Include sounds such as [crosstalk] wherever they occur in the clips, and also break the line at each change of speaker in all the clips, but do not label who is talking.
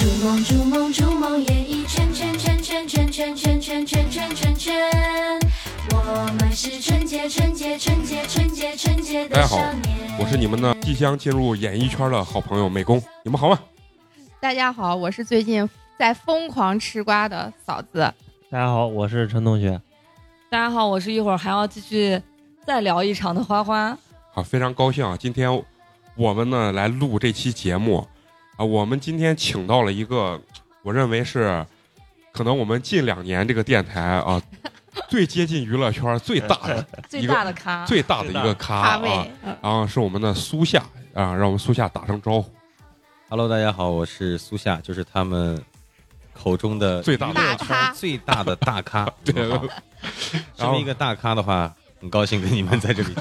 逐梦逐梦逐梦演艺圈圈圈圈圈圈圈圈圈圈圈圈，我们是纯洁纯洁纯洁纯洁纯洁
大
的
家好
少年。
我是你们呢即将进入演艺圈的好朋友美工，你们好吗？
大家好，我是最近在疯狂吃瓜的嫂
啊
子。
大家好，我是陈同学。
大家好，我是一会儿还要继续再聊一场的花花。
好，非常高兴啊！今天我们呢来录这期节目啊，我们今天请到了一个，我认为是可能我们近两年这个电台啊最接近娱乐圈最大 [laughs] 的
最大的咖，
最大的一个咖
咖
啊
位，
啊，是我们的苏夏啊，让我们苏夏打声招呼。
Hello，大家好，我是苏夏，就是他们口中的
最大的
娱乐圈
大咖
最大的
[laughs]
大咖。
对
你们好
然
身
后
为一个大咖的话，很高兴跟你们在这里。
[laughs]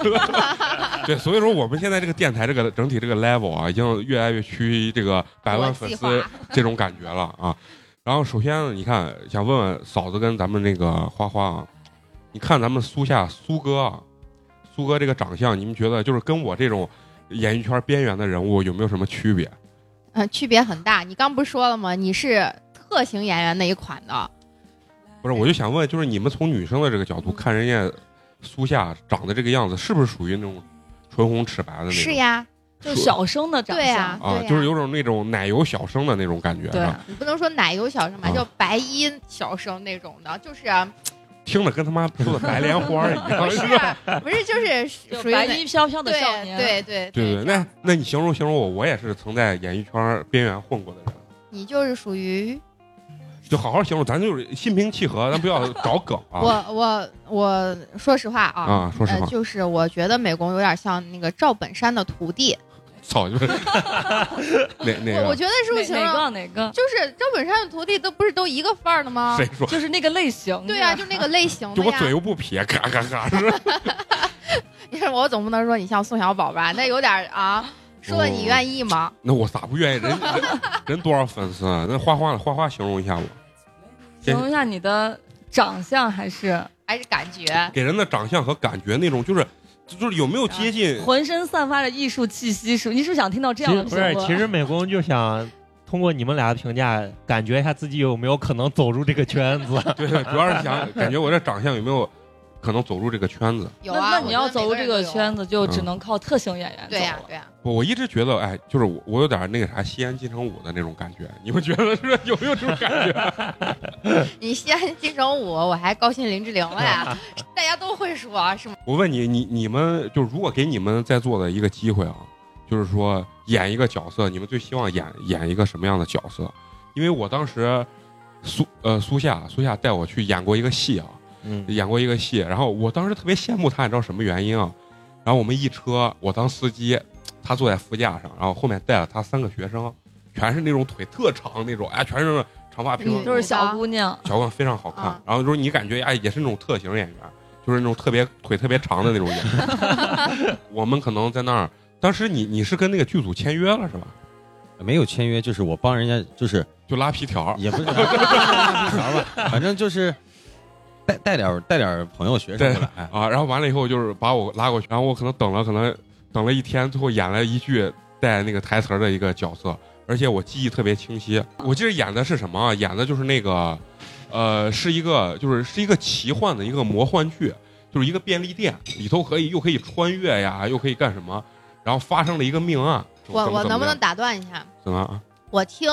对，所以说我们现在这个电台这个整体这个 level 啊，已经越来越趋于这个百万粉
国
丝
际化 [laughs]
这种感觉了啊。然后首先呢你看，想问问嫂子跟咱们那个花花啊，你看咱们苏夏苏哥啊，苏哥这个长相，你们觉得就是跟我这种演艺圈边缘的人物有没有什么区别？
嗯，区别很大。你刚不是说了吗？你是特型演员那一款的，
不是，我就想问，就是你们从女生的这个角度看人家苏夏长得这个样子，是不是属于那种唇红齿白的那种？
是呀，
就小生的长
对呀
相。，
啊，
对呀
就是有种那种奶油小生的那种感觉，
对
是吧
啊
你不能说奶油小生吧，
啊
就白衣小生那种的，就是
听着跟他妈说的白莲花一样。
不 [laughs] 是啊不是
[laughs]
就是
啊就
属于
白
那
衣飘飘的少
对
年。，啊
对对
对对，那那你形容形容我，我也是曾在演艺圈边缘混过的人，
你就是属于
就好好形容，咱就是心平气和，咱不要找梗啊
[laughs] 我我我说实话啊。
啊！说实
呃，
话，
就是我觉得美工有点像那个赵本山的徒弟，
操，
[laughs]
就是哪哪
我我
个
觉得是不是形
哪
容
个哪个？
就是赵本山的徒弟都不是都一个范儿的吗
谁？说？
就是那个类型。
对啊呀、就那个类型
[laughs] 就
的
我
呀
嘴。又不撇，嘎嘎嘎，是吧
你 [laughs] 看我总不能说你像宋小宝吧？那有点儿啊，说的你愿意吗？
那我咋不愿意？人人人多少粉丝啊？那花花呢？花花形容一下我，
形容一下你的长相还是
还是感
哦
觉？
给人的长相和感觉那种，就是就是有没有接近？
浑身散发着艺术气息？是你是不是想听到这
其
样的
实不
评
是
论？，
其实美工就想通过你们俩的评价，感觉一下自己有没有可能走入这个圈
[laughs]
啊
子。
对，主要是想感觉我这长相有没有可能走入这个圈子？
有
那
啊，
那你要走入这个圈
子，
子，就
嗯
只能靠特型演员走
对呀、啊
了。
对呀、
我我一直觉得，哎，就是我我有点那个啥西安金城武的那种感觉，你们觉得是有没有这种感觉？ [laughs]
你西安金城武，我还高兴林志玲了呀，大家都会说啊是吗？
我问你，你你们就是如果给你们在座的一个机会啊，就是说演一个角色，你们最希望演演一个什么样的角色？因为我当时苏呃苏夏苏夏带我去演过一个戏啊，
嗯，
演过一个戏，然后我当时特别羡慕他，你知道什么原因啊？然后我们一车，我当司机，他坐在副驾上，然后后面带了他三个学生，全是那种腿特长那种，哎，全是那种长发飘
嗯
就是小姑娘，
小姑娘非常好看。
啊
然后就是你感觉哎，也是那种特型演员，就是那种特别腿特别长的那种演员。我们可能在那儿，当时你你是跟那个剧组签约了是吧？
[laughs] 没有签约，就是我帮人家，就是
就拉皮条儿，
也不是 [laughs] 不是吧，反正就是带带点儿带点儿朋友学生过来。哎
啊，然后完了以后就是把我拉过去，然后我可能等了可能等了一天，最后演了一句带那个台词儿的一个角色，而且我记忆特别清晰。我记得演的是什么啊？演的就是那个，呃，是一个就是是一个奇幻的一个魔幻剧，就是一个便利店里头可以又可以穿越呀，又可以干什么，然后发生了一个命案。
我
怎么
我
怎么
能不能
样
[laughs] 打断一下？
怎么啊？
我听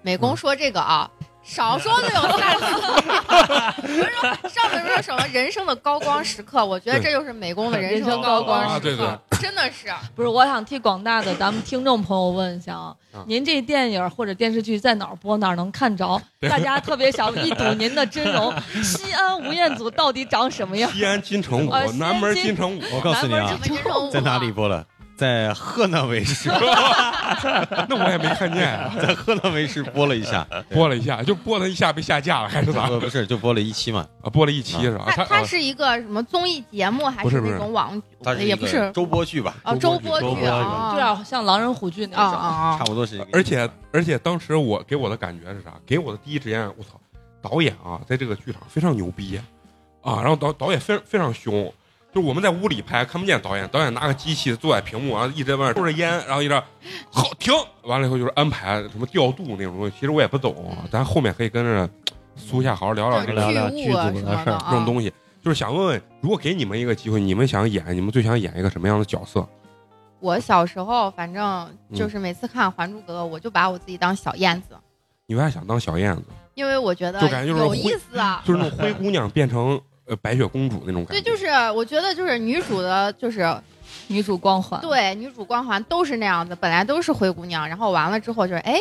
美工说这个啊，少说都有三次。 [laughs] 不是说上面不是什么人生的高光时刻，我觉得这就是美工的人生的高光时刻，
人生高
真的是。啊
不是，我想替广大的咱们听众朋友问一下啊
啊，
您这电影或者电视剧在哪儿播，哪儿能看着？大家特别想一睹您的真容，西安吴彦祖到底长什么样？
西安金城武
哦
啊，西安
南门
金
金城武，
我告诉你
南
啊
门，
这么人生
在哪里？播了？在河南卫视，
那我也没看见啊， [laughs]
在河南卫视播了一下，
播了一下，就播了一下被下架了，还 [laughs] 是咋？ [laughs]
不不是就播了一期嘛？
啊，播了一期是吧？
它它
啊
是一个什么综艺节目，还
不是不是
那种网
它
呃
是一
也
个
不是
周播剧吧，
哦
周
周
播
播
剧
剧
周播
啊？
有点像狼人虎剧
啊
那
啊
种。
啊
差！不多是一个意思。
而且而且当时我给我的感觉是啥？给我的第一直觉，我操，导演啊，在这个剧场非常牛逼啊！然后导导演非非常凶，就是我们在屋里拍看不见导演，导演拿个机器坐在屏幕，然后一直在外面抽着烟，然后一直好停，完了以后就是安排什么调度那种东西，其实我也不懂，咱后面可以跟着苏夏好好聊聊
就
这
是
个
聊聊
剧务啊
剧
什
组的
么
事
的
儿
这种
啊。
东西，就是想问问，如果给你们一个机会，你们想演，你们最想演一个什么样的角色？
我小时候反正
嗯
就是每次看《还珠格格》，我就把我自己当小燕子，
你为啥想当小燕子？
因为我觉得
就感觉就是
有
灰
意思啊。
就是那种灰姑娘变成呃白雪公主那种感
对，
觉。
就是我觉得就是女主的，就是
女主光环，
对女主光环都是那样子，本来都是灰姑娘，然后完了之后就是哎，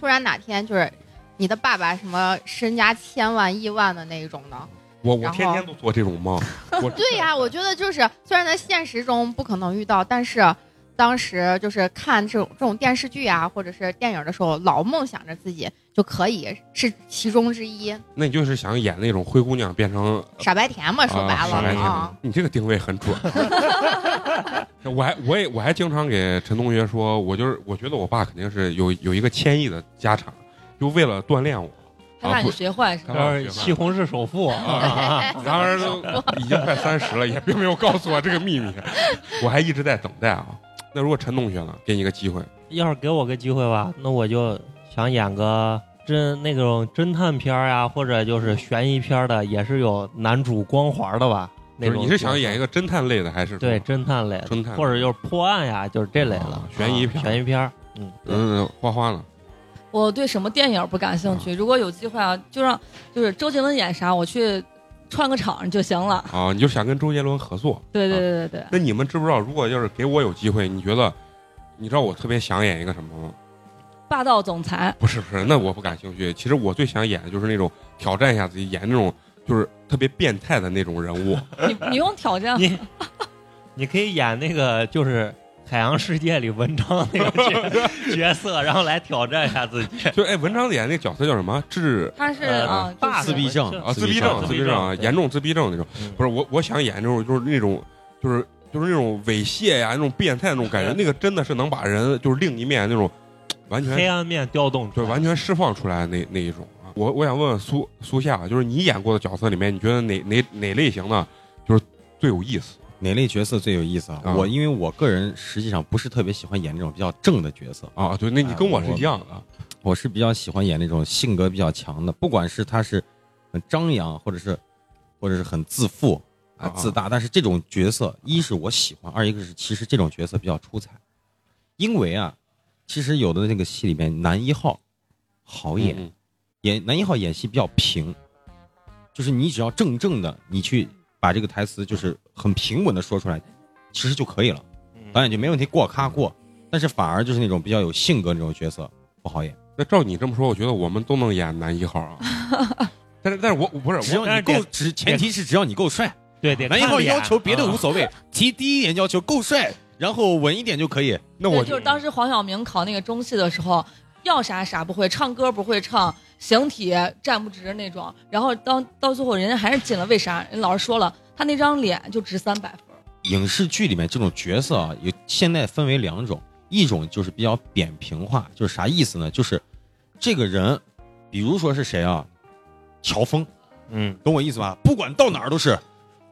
突然哪天就是你的爸爸什么身家千万亿万的那一种的。
我我
然后
天天都做这种梦，我
对呀、我觉得就是虽然在现实中不可能遇到，但是当时就是看这种这种电视剧啊，或者是电影的时候，老梦想着自己就可以是其中之一，
那你就是想演那种灰姑娘变成
傻白甜嘛，说白了
啊傻白甜
啊。
你这个定位很
[laughs]
准。我还我也我还经常给陈同学说，我就是我觉得我爸肯定是有有一个千亿的家产，就为了锻炼我。
还怕
啊
你
不
学坏是吧？
哎
就是西红柿
[laughs]
首富啊，
然而都已经快三十了，也并没有告诉我这个秘密，我还一直在等待啊。那如果陈同学呢，给你一个机会，
要是给我个机会吧，那我就想演个侦那种侦探片儿呀，或者就是悬疑片儿的，也是有男主光环的吧。那
就是
种
你是想演一
个
个侦探类的，还是
对侦探类的，
侦探
或者就是破案呀，就是这类的
啊悬疑片儿
悬疑片儿，嗯，
嗯花花呢？
我对什么电影不感兴趣，如果有机会啊，就让就是周杰伦演啥，我去串个场就行了。
啊，你就想跟周杰伦合作？
对对对对对，
那你们知不知道，如果要是给我有机会，你觉得，你知道我特别想演一个什么吗？
霸道总裁，
不是不是，那我不感兴趣。其实我最想演的就是那种挑战一下自己，演那种就是特别变态的那种人物。
你你用挑战
你你可以演那个就是海洋世界里文章那
[laughs]
个角角色，然后来挑战一下自己。
就哎，文章里演那角色叫什么？治
他是
呃
啊，就
霸
是
自闭症
啊，
自
自
闭
闭
症
症，自
自闭
闭症啊，
症
严重自闭症那种。
嗯
不是我，我想演那种就是那种就是就是那种猥亵呀，那种变态那种感觉，那个真的是能把人就是另一面那种完全
黑暗面调动出
对，
来，
完全释放出来那那一种啊。我我想问问苏苏夏，啊就是你演过的角色里面，你觉得哪哪哪类型的就是最有意思？
哪类角色最有意思啊？
啊
我因为我个人实际上不是特别喜欢演那种比较正的角色，
啊，对，那你
哎
跟我是
我
一样的，啊
我是比较喜欢演那种性格比较强的，不管是他是很张扬，或者是或者是很自负啊
啊
自大，但是这种角色，一是我喜欢，二一个是其实这种角色比较出彩，因为啊，其实有的那个戏里面男一号好演，
嗯
演男一号演戏比较平，就是你只要正正的，你去把这个台词就是很平稳的说出来，其实就可以了，
嗯
导演就没问题过咔过，但是反而就是那种比较有性格那种角色不好演。
那照你这么说，我觉得我们都能演男一号啊。但是，但是我我不是
只要
我
但
你
是得
够，只前提是只要你够帅。
对对。
男一号
看脸
要求别的
啊
无所
[laughs]
谓，提第一眼要求够帅，然后稳一点就可以。
那
对
我
就是当时黄晓明考那个中戏的时候，要啥啥不会，唱歌不会唱，形体站不直那种。然后到到最后，人家还是进了，为啥？人老师说了，他那张脸就值三百分。
影视剧里面这种角色啊，有现在分为两种，一种就是比较扁平化，就是啥意思呢？就是这个人，比如说是谁啊，乔峰，
嗯，
懂我意思吧？不管到哪儿都是。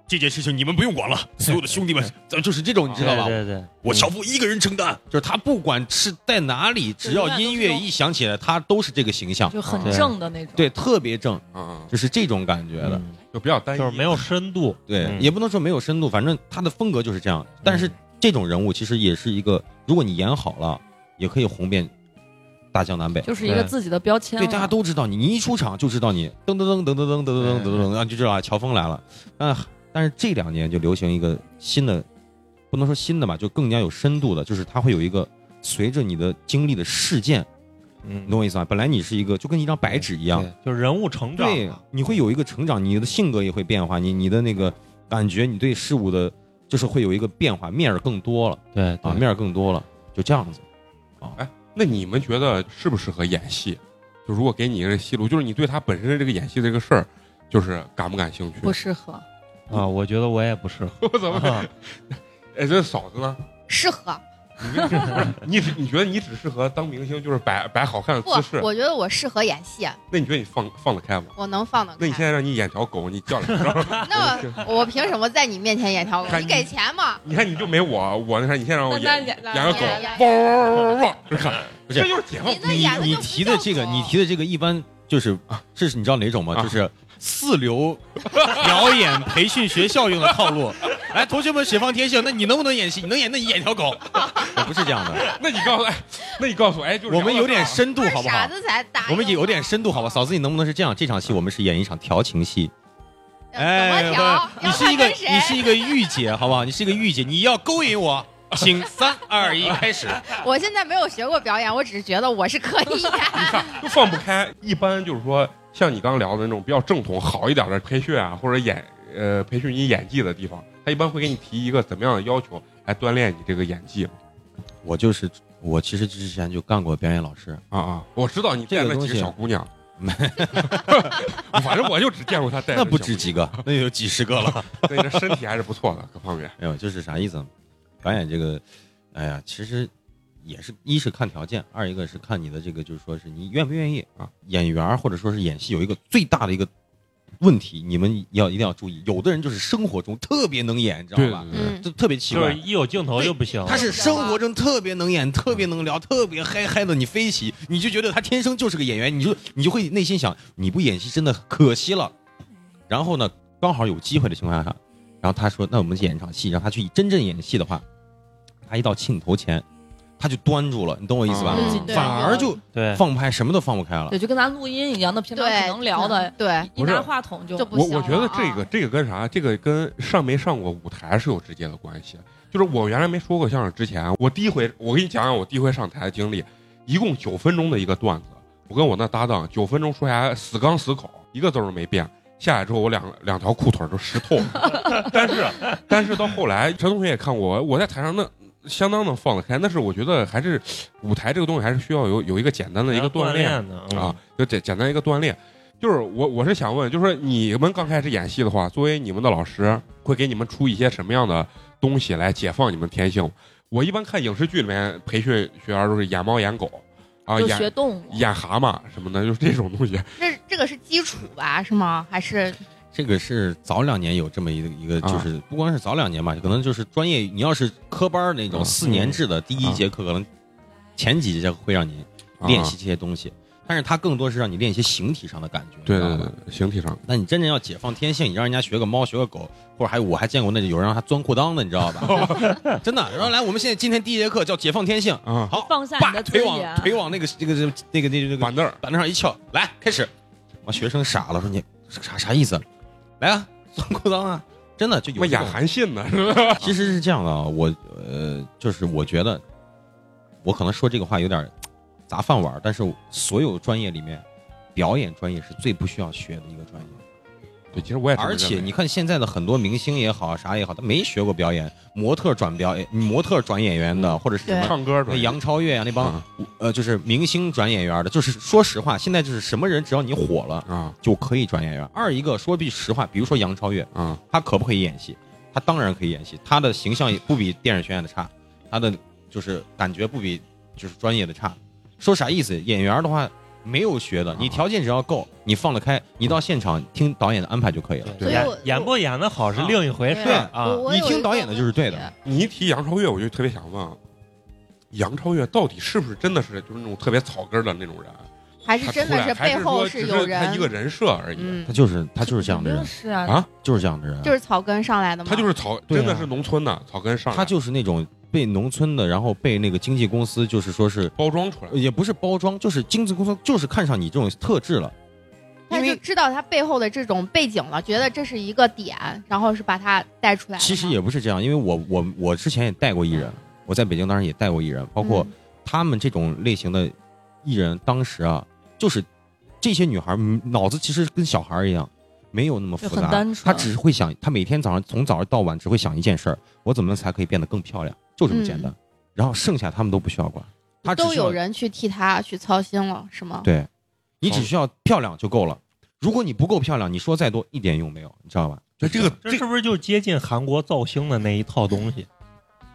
这件事情你们不用管了，所有的兄弟
[laughs]
们，咱就是这种，你知道吧？
对对对，嗯
我乔峰一个人承担，嗯就是他不管是在哪里，只要音乐一响起来，他都是这个形象，
就很正的那种。
啊对，特别正，
啊，
就是这种感觉
觉
嗯
的。
就比较单一，
嗯就是没有深度，
对，
嗯
也不能说没有深度，反正他的风格就是这样。
嗯
但是这种人物其实也是一个，如果你演好了，也可以红遍大江南北，
就是一个
对
自己的标签了。
对，大家都知道你，你一出场就知道你噔噔噔噔噔噔噔噔噔噔噔，啊，就知道啊，乔峰来了。啊，但是这两年就流行一个新的，不能说新的吧，就更加有深度的，就是它会有一个随着你的经历的事件，
嗯
你懂我意思吧？本来你是一个就跟一张白纸一样，
就是人物成长
对
嘛，，
你会有一个成长，你的性格也会变化，你你的那个感觉，你对事物的，就是会有一个变化，面儿更多了
对
啊，面儿更多了，就这样子。
那你们觉得适不适合演戏？就如果给你一个戏路，就是你对他本身这个演戏这个事儿，就是感不感兴趣？
不适合，
啊，我觉得我也不
[laughs]
适合。
[laughs] 我怎么？
啊
哎，这嫂子呢？
适合
你只你觉得你只适合当明星，就是摆摆好看的
不
姿势？？
我觉得我适合演戏，
那你觉得你放放得开吗？
我能放得
那你现
开。
在让你演条狗，你叫两声，
那我我凭什么在你面前演条狗？
看
你给钱嘛？
你看你就没我，我那啥，你现在让我
那
演
那演那
演个
那
狗，
演演
汪汪汪汪汪，你看，
不是
这就是解放
你那演的
你
就不
提
叫
的这个，
狗
你提的这个一般就是啊这是你知道哪种吗？
啊
就是四流
表演培训学校用的套路。来，同学们解放天性，那你能不能演戏？你能演，那你演条
[laughs]
狗。
不是这样的，
那你告诉哎，那你告诉我哎，就是
我们有点
聊到
深度
不
好不
是傻
好？
子才打。
我们有点深度好吧？嫂子，你能不能是这样？这场戏我们是演一场调情戏，
呃
哎
怎么调？
你
要
是一个
看跟谁
你是一个御姐，好不好？你是一个御姐，你要勾引我，
[laughs]
请三二一开始。
我现在没有学过表演，我只是觉得我是可以演。
就放不开。一般就是说，像你刚刚聊的那种比较正统、好一点的培训啊，或者演呃培训你演技的地方，他一般会给你提一个怎么样的要求来锻炼你这个演技
我就是我其实之前就干过表演老师，
啊啊！我知道你带
这个
了
东
几
西
个小姑娘， [laughs] 反正我就只见过他带着
那不
小
止几个，那有几十个了。
姑娘，那这身体还是不错的，各方面。
没有，就是啥意思呢？表演这个，哎呀，其实也是一是看条件，二一个是看你的这个，就是说是你愿不愿意啊。演员儿或者说是演戏有一个最大的一个问题，你们要一定要注意，有的人就是生活中特别能演，你知道吧？
对
嗯，
就特别奇
就是
怪。
一有镜头就不行，
他是生活中特别能演，特别能聊，特别嗨嗨的，你飞起，你就觉得他天生就是个演员，你就你就会内心想，你不演戏真的可惜了。然后呢，刚好有机会的情况下，然后他说，那我们演一场戏，让他去真正演戏的话，他一到镜头前，他就端住了，你懂我意思吧？
嗯对
反而就
对，
放不开，什么都放不开了。
对，就跟咱录音一样，那平常
对
只能聊的，
对，
一
不是
拿话筒就
就不
我
行啊
我觉得
了
这个这个跟啥？这个跟上没上过舞台是有直接的关系。就是我原来没说过相声之前，我第一回我给你讲讲我第一回上台的经历，一共九分钟的一个段子，我跟我那搭档九分钟说下来死刚死口，一个字儿都没变。下来之后，我两两条裤腿儿都湿透了。但是但是到后来，陈同学也看过我，我在台上那相当能放得开。但是我觉得还是舞台这个东西还是需要有有一个简单的一个
锻
锻炼
呢嗯
啊，，就简简单一个锻炼。就是我我是想问，就是说你们刚开始演戏的话，作为你们的老师，会给你们出一些什么样的东西来解放你们天性？我一般看影视剧里面培训学员都是演猫演狗，啊
就学
演
动物。
演蛤蟆什么的，就是这种东西。
这这个是基础吧？是吗？还是
这个是早两年有这么一个一个，
啊
就是不光是早两年吧，可能就是专业，你要是科班儿那种
嗯
四年制的，第一节课可能前几节课会让你练习
啊，
这些东西，但是它更多是让你练一些形体上的感觉，
对
你知道
对
吧
对，形体上，
那你真正要解放天性，你让人家学个猫，学个狗，或者还有我还见过那有人让他钻裤裆的，你知道
[laughs]
吧？真的。然后来，我们现在今天第一节课叫解放天性，
啊，
好，
放下你
把
的
腿
尊
往
严，
腿往那个那个那个那个那个
板凳儿
板凳上一翘，来开始。我学生傻了，说你啥啥意思？来啊，钻裤裆啊！真的就
什么
有这
演
种
韩信呢？是吧？
其实是这样的啊，我呃，就是我觉得，我可能说这个话有点砸饭碗儿，但是所有专业里面，表演专业是最不需要学的一个专业。
对，其实哎 [laughs] 我也这么
而且
认为
你看现在的很多明星也好，啥也好，他没学过表演，模特转表演，模特转演员的，或者是什么
唱歌
那
的
杨超越呀、那帮
啊
呃，就是明星转演员的，就是说实话，现在就是什么人，只要你火了
啊
就可以转演员。二一个说句实话，比如说杨超越，
啊，
她可不可以演戏？她当然可以演戏，她的形象也不比电影学院的差，她的就是感觉不比就是专业的差。说啥意思？演员的话没有学的，你条件只要够，你放得开，你到现场听导演的安排就可以了。
所以
演
我
演不演的好是另一回事
对
儿啊
我。我
你
有
听
一
导
个
演的
问
就是对
题
的。
你一提杨超越，我就特别想问啊，杨超越到底是不是真的是就是那种特别草根儿的那种人？
还是
他
真
出
的
来还
背
是
后
说只他
有人
一个人设而已。
嗯
他，就是他就是这样的
肯
人
定，是啊，
啊
就是这样的人，
就是草根上来的嘛。
他就是草，
对啊
真的是农村的草根上来，
他就是那种被农村的，然后被那个经纪公司，就是说是
包装出来。
也不是包装，就是经纪公司就是看上你这种特质了，因
他就
为
知道他背后的这种背景了，觉得这是一个点，然后是把他带出来的吗。
其实也不是这样，因为我我我之前也带过艺人，我在北京当时也带过艺人，包括
嗯
他们这种类型的艺人，当时啊，就是这些女孩儿嗯脑子其实跟小孩儿一样，没有那么复
就
杂
很单，
她
纯
只是会想，她每天早上从早上到晚只会想一件事儿：我怎么才可以变得更漂亮？就这么简单。然后剩下他们都不需要管，她只
都
需要
有人去替他去操心了，是吗？
对，你只需要漂亮就够了。如果你不够漂亮，你说再多一点用没有，你知道吧？
就这个
这是不是就接近韩国造星的那一套东西？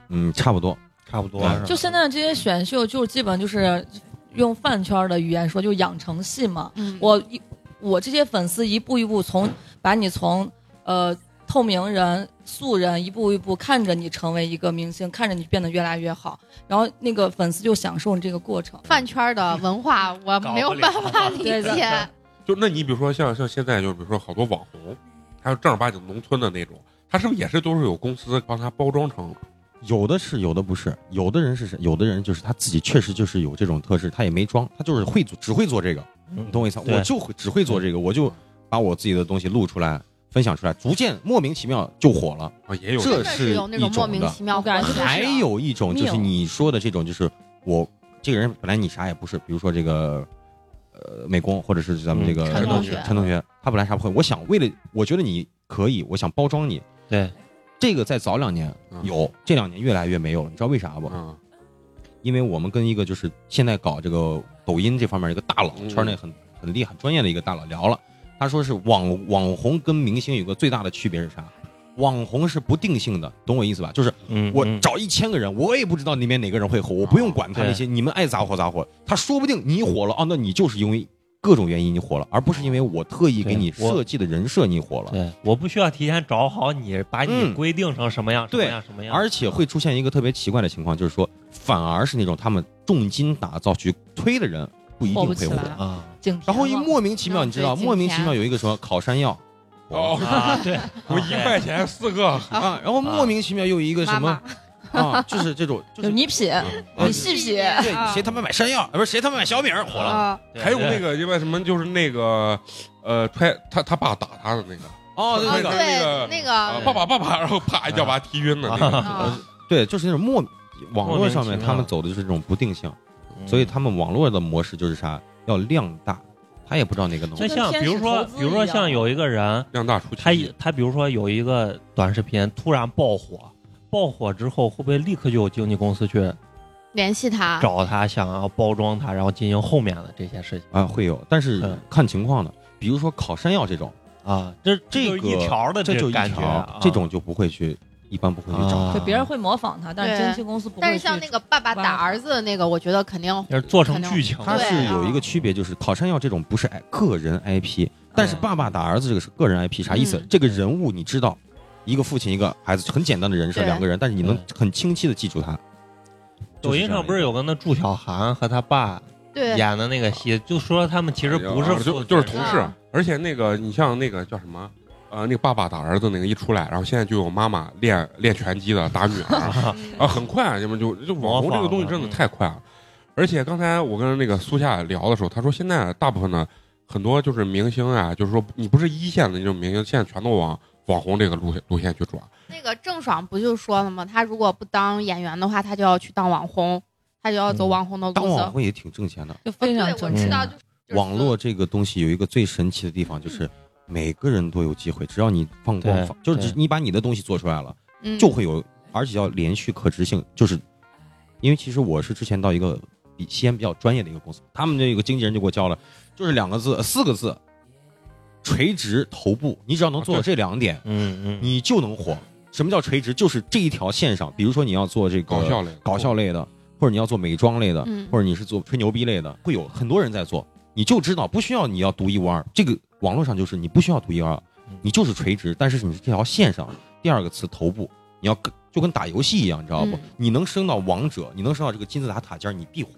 嗯，差不多。
差不多
对
是吧
就现在这些选秀，就基本就是用饭圈的语言说，就养成系嘛。
嗯，
我一我这些粉丝一步一步从把你从呃透明人、素人一步一步看着你成为一个明星，看着你变得越来越好，然后那个粉丝就享受你这个过程。
饭圈的文化我没有办法理
对
[laughs]
的
解。
就那你比如说像像现在就比如说好多网红，还有正儿八经农村的那种，他是不是也是都是有公司帮他包装成？
有的是，有的不是。有的人是，有的人就是他自己确实就是有这种特质，他也没装，他就是会做，只会做这个。
嗯
你懂我意思啊？
对
我就会只会做这个，我就把我自己的东西录出来，分享出来，逐渐莫名其妙就火了。
啊，也有
这
真的
是
是有那种
一
莫
种
名
的
其妙
我
火起
感
来
觉
的，
就是
还有一种就是
命
你说的这种，就是我这个人本来你啥也不是，比如说这个呃美工，或者是咱们这个
陈同学
陈同学，他本来啥不会，我想为了我觉得你可以，我想包装你。
对，
这个在早两年
嗯
有，这两年越来越没有了，你知道为啥不？
嗯，
因为我们跟一个就是现在搞这个抖音这方面一个大佬，
嗯
圈内很很厉害、很专业的一个大佬聊了，他说是网网红跟明星有个最大的区别是啥？网红是不定性的，懂我意思吧？就是
嗯，
我
嗯哦
找一千个人，我也不知道里面哪个人会火，我不用管他那些，你们爱咋火咋火。他说不定你火了哦，那你就是因为各种原因你火了，而不是因为我特意给你
对我
设计的人设你火了。
对，我不需要提前找好你，把你
嗯
规定成什么样，什么
对
样，什么样，啊
而且会出现一个特别奇怪的情况，就是说，反而是那种他们重金打造去推的人，不一定
火不起
会火
来。
啊
景甜
然后一
嘛
莫名其妙，
嗯
你知道，
对
莫名
景
其
甜
妙有一个什么烤山
[laughs]
药，
哦，
啊，
[laughs]
对，
我一块钱四个，
啊，然后莫名其妙又一个什么
妈
啊，就是这种，就
就是你品，
啊
你细品，
对谁他妈买山药，啊不是谁他妈买小米儿火了
啊，
对
还有那个因为什么就是那个呃，踹他他爸打他的那个
哦，
对
对
个
那个
啊
那个
对那
啊，
个
爸爸爸爸，然后啪一脚把他踢晕的那个，
啊
对，就是那种莫网络上
莫名
面
其妙
他们走的就是这种不定性，
嗯
所以他们网络的模式就是啥，要量大，他也不知道哪个能
那
就跟
像
天
比如
使
说，
投资
比如说
一样
像有一个人，
量大出奇。
他一他比如说有一个短视频突然爆火，爆火之后会不会立刻就有经纪公司
啊
去
联系他，
找他，想要包装他，然后进行后面的这些事情
啊会有，但是
嗯
看情况的，比如说烤山药这种，
啊？这
这
就
个
一条的
这就
种
一
感觉
条
啊，，
这种就不会去，一般不会去找
啊
就别人会模仿他，但是
对
经纪公司不会
但
去
是像那个爸爸打儿子的那个，我觉得肯定
要是做成剧情
他
对哦
是有一个区别，就是烤山药这种不是哎个人 IP，但是爸爸打儿子这个是个人 IP，啥意思
嗯？
这个人物你知道，一个父亲一个孩子，很简单的人设，
对
两个人，但是你能
对
很清晰的记住他。
抖音上不是有个那祝小涵和他爸
对
演的那个戏，就说他们其实不是
哎呀
父
就
子
就是同事
嗯，
而且那个你像那个叫什么？呃，那个爸爸打儿子那个一出来，然后现在就有妈妈练练拳击的打女儿，
[laughs] 嗯
啊，很快，要么就就网红这个东西真的太快了。而且刚才我跟那个苏夏聊的时候，他说现在大部分的很多就是明星啊，就是说你不是一线的那种明星，现在全都往网红这个路线路线去转。
那个郑爽不就说了吗？她如果不当演员的话，她就要去当网红，她就要走网红的
当
路
网
子。哦
红也挺挣钱的。
就非常
对，我
正
知
常。
道，就是就是嗯
网络这个东西有一个最神奇的地方，就是每个人都有机会，只要你放
对
光放，就是
对
只你把你的东西做出来了，
嗯
就会有，而且要连续可执性，就是因为其实我是之前到一个比西安比较专业的一个公司，他们这个经纪人就给我教了，就是两个字，呃四个字，垂直头部，你只要能做到
啊
这两点，
嗯嗯，
你就能火。什么叫垂直？就是这一条线上，比如说你要做这个
搞笑类的，
搞笑类的，或者你要做美妆类的，
嗯
或者你是做吹牛逼类的，会有很多人在做，你就知道不需要你要独一无二。这个网络上就是你不需要独一无二
嗯，
你就是垂直，但是你是这条线上。第二个词头部，你要跟就跟打游戏一样，你知道不？
嗯
你能升到王者，你能升到这个金字塔塔尖儿，你必火，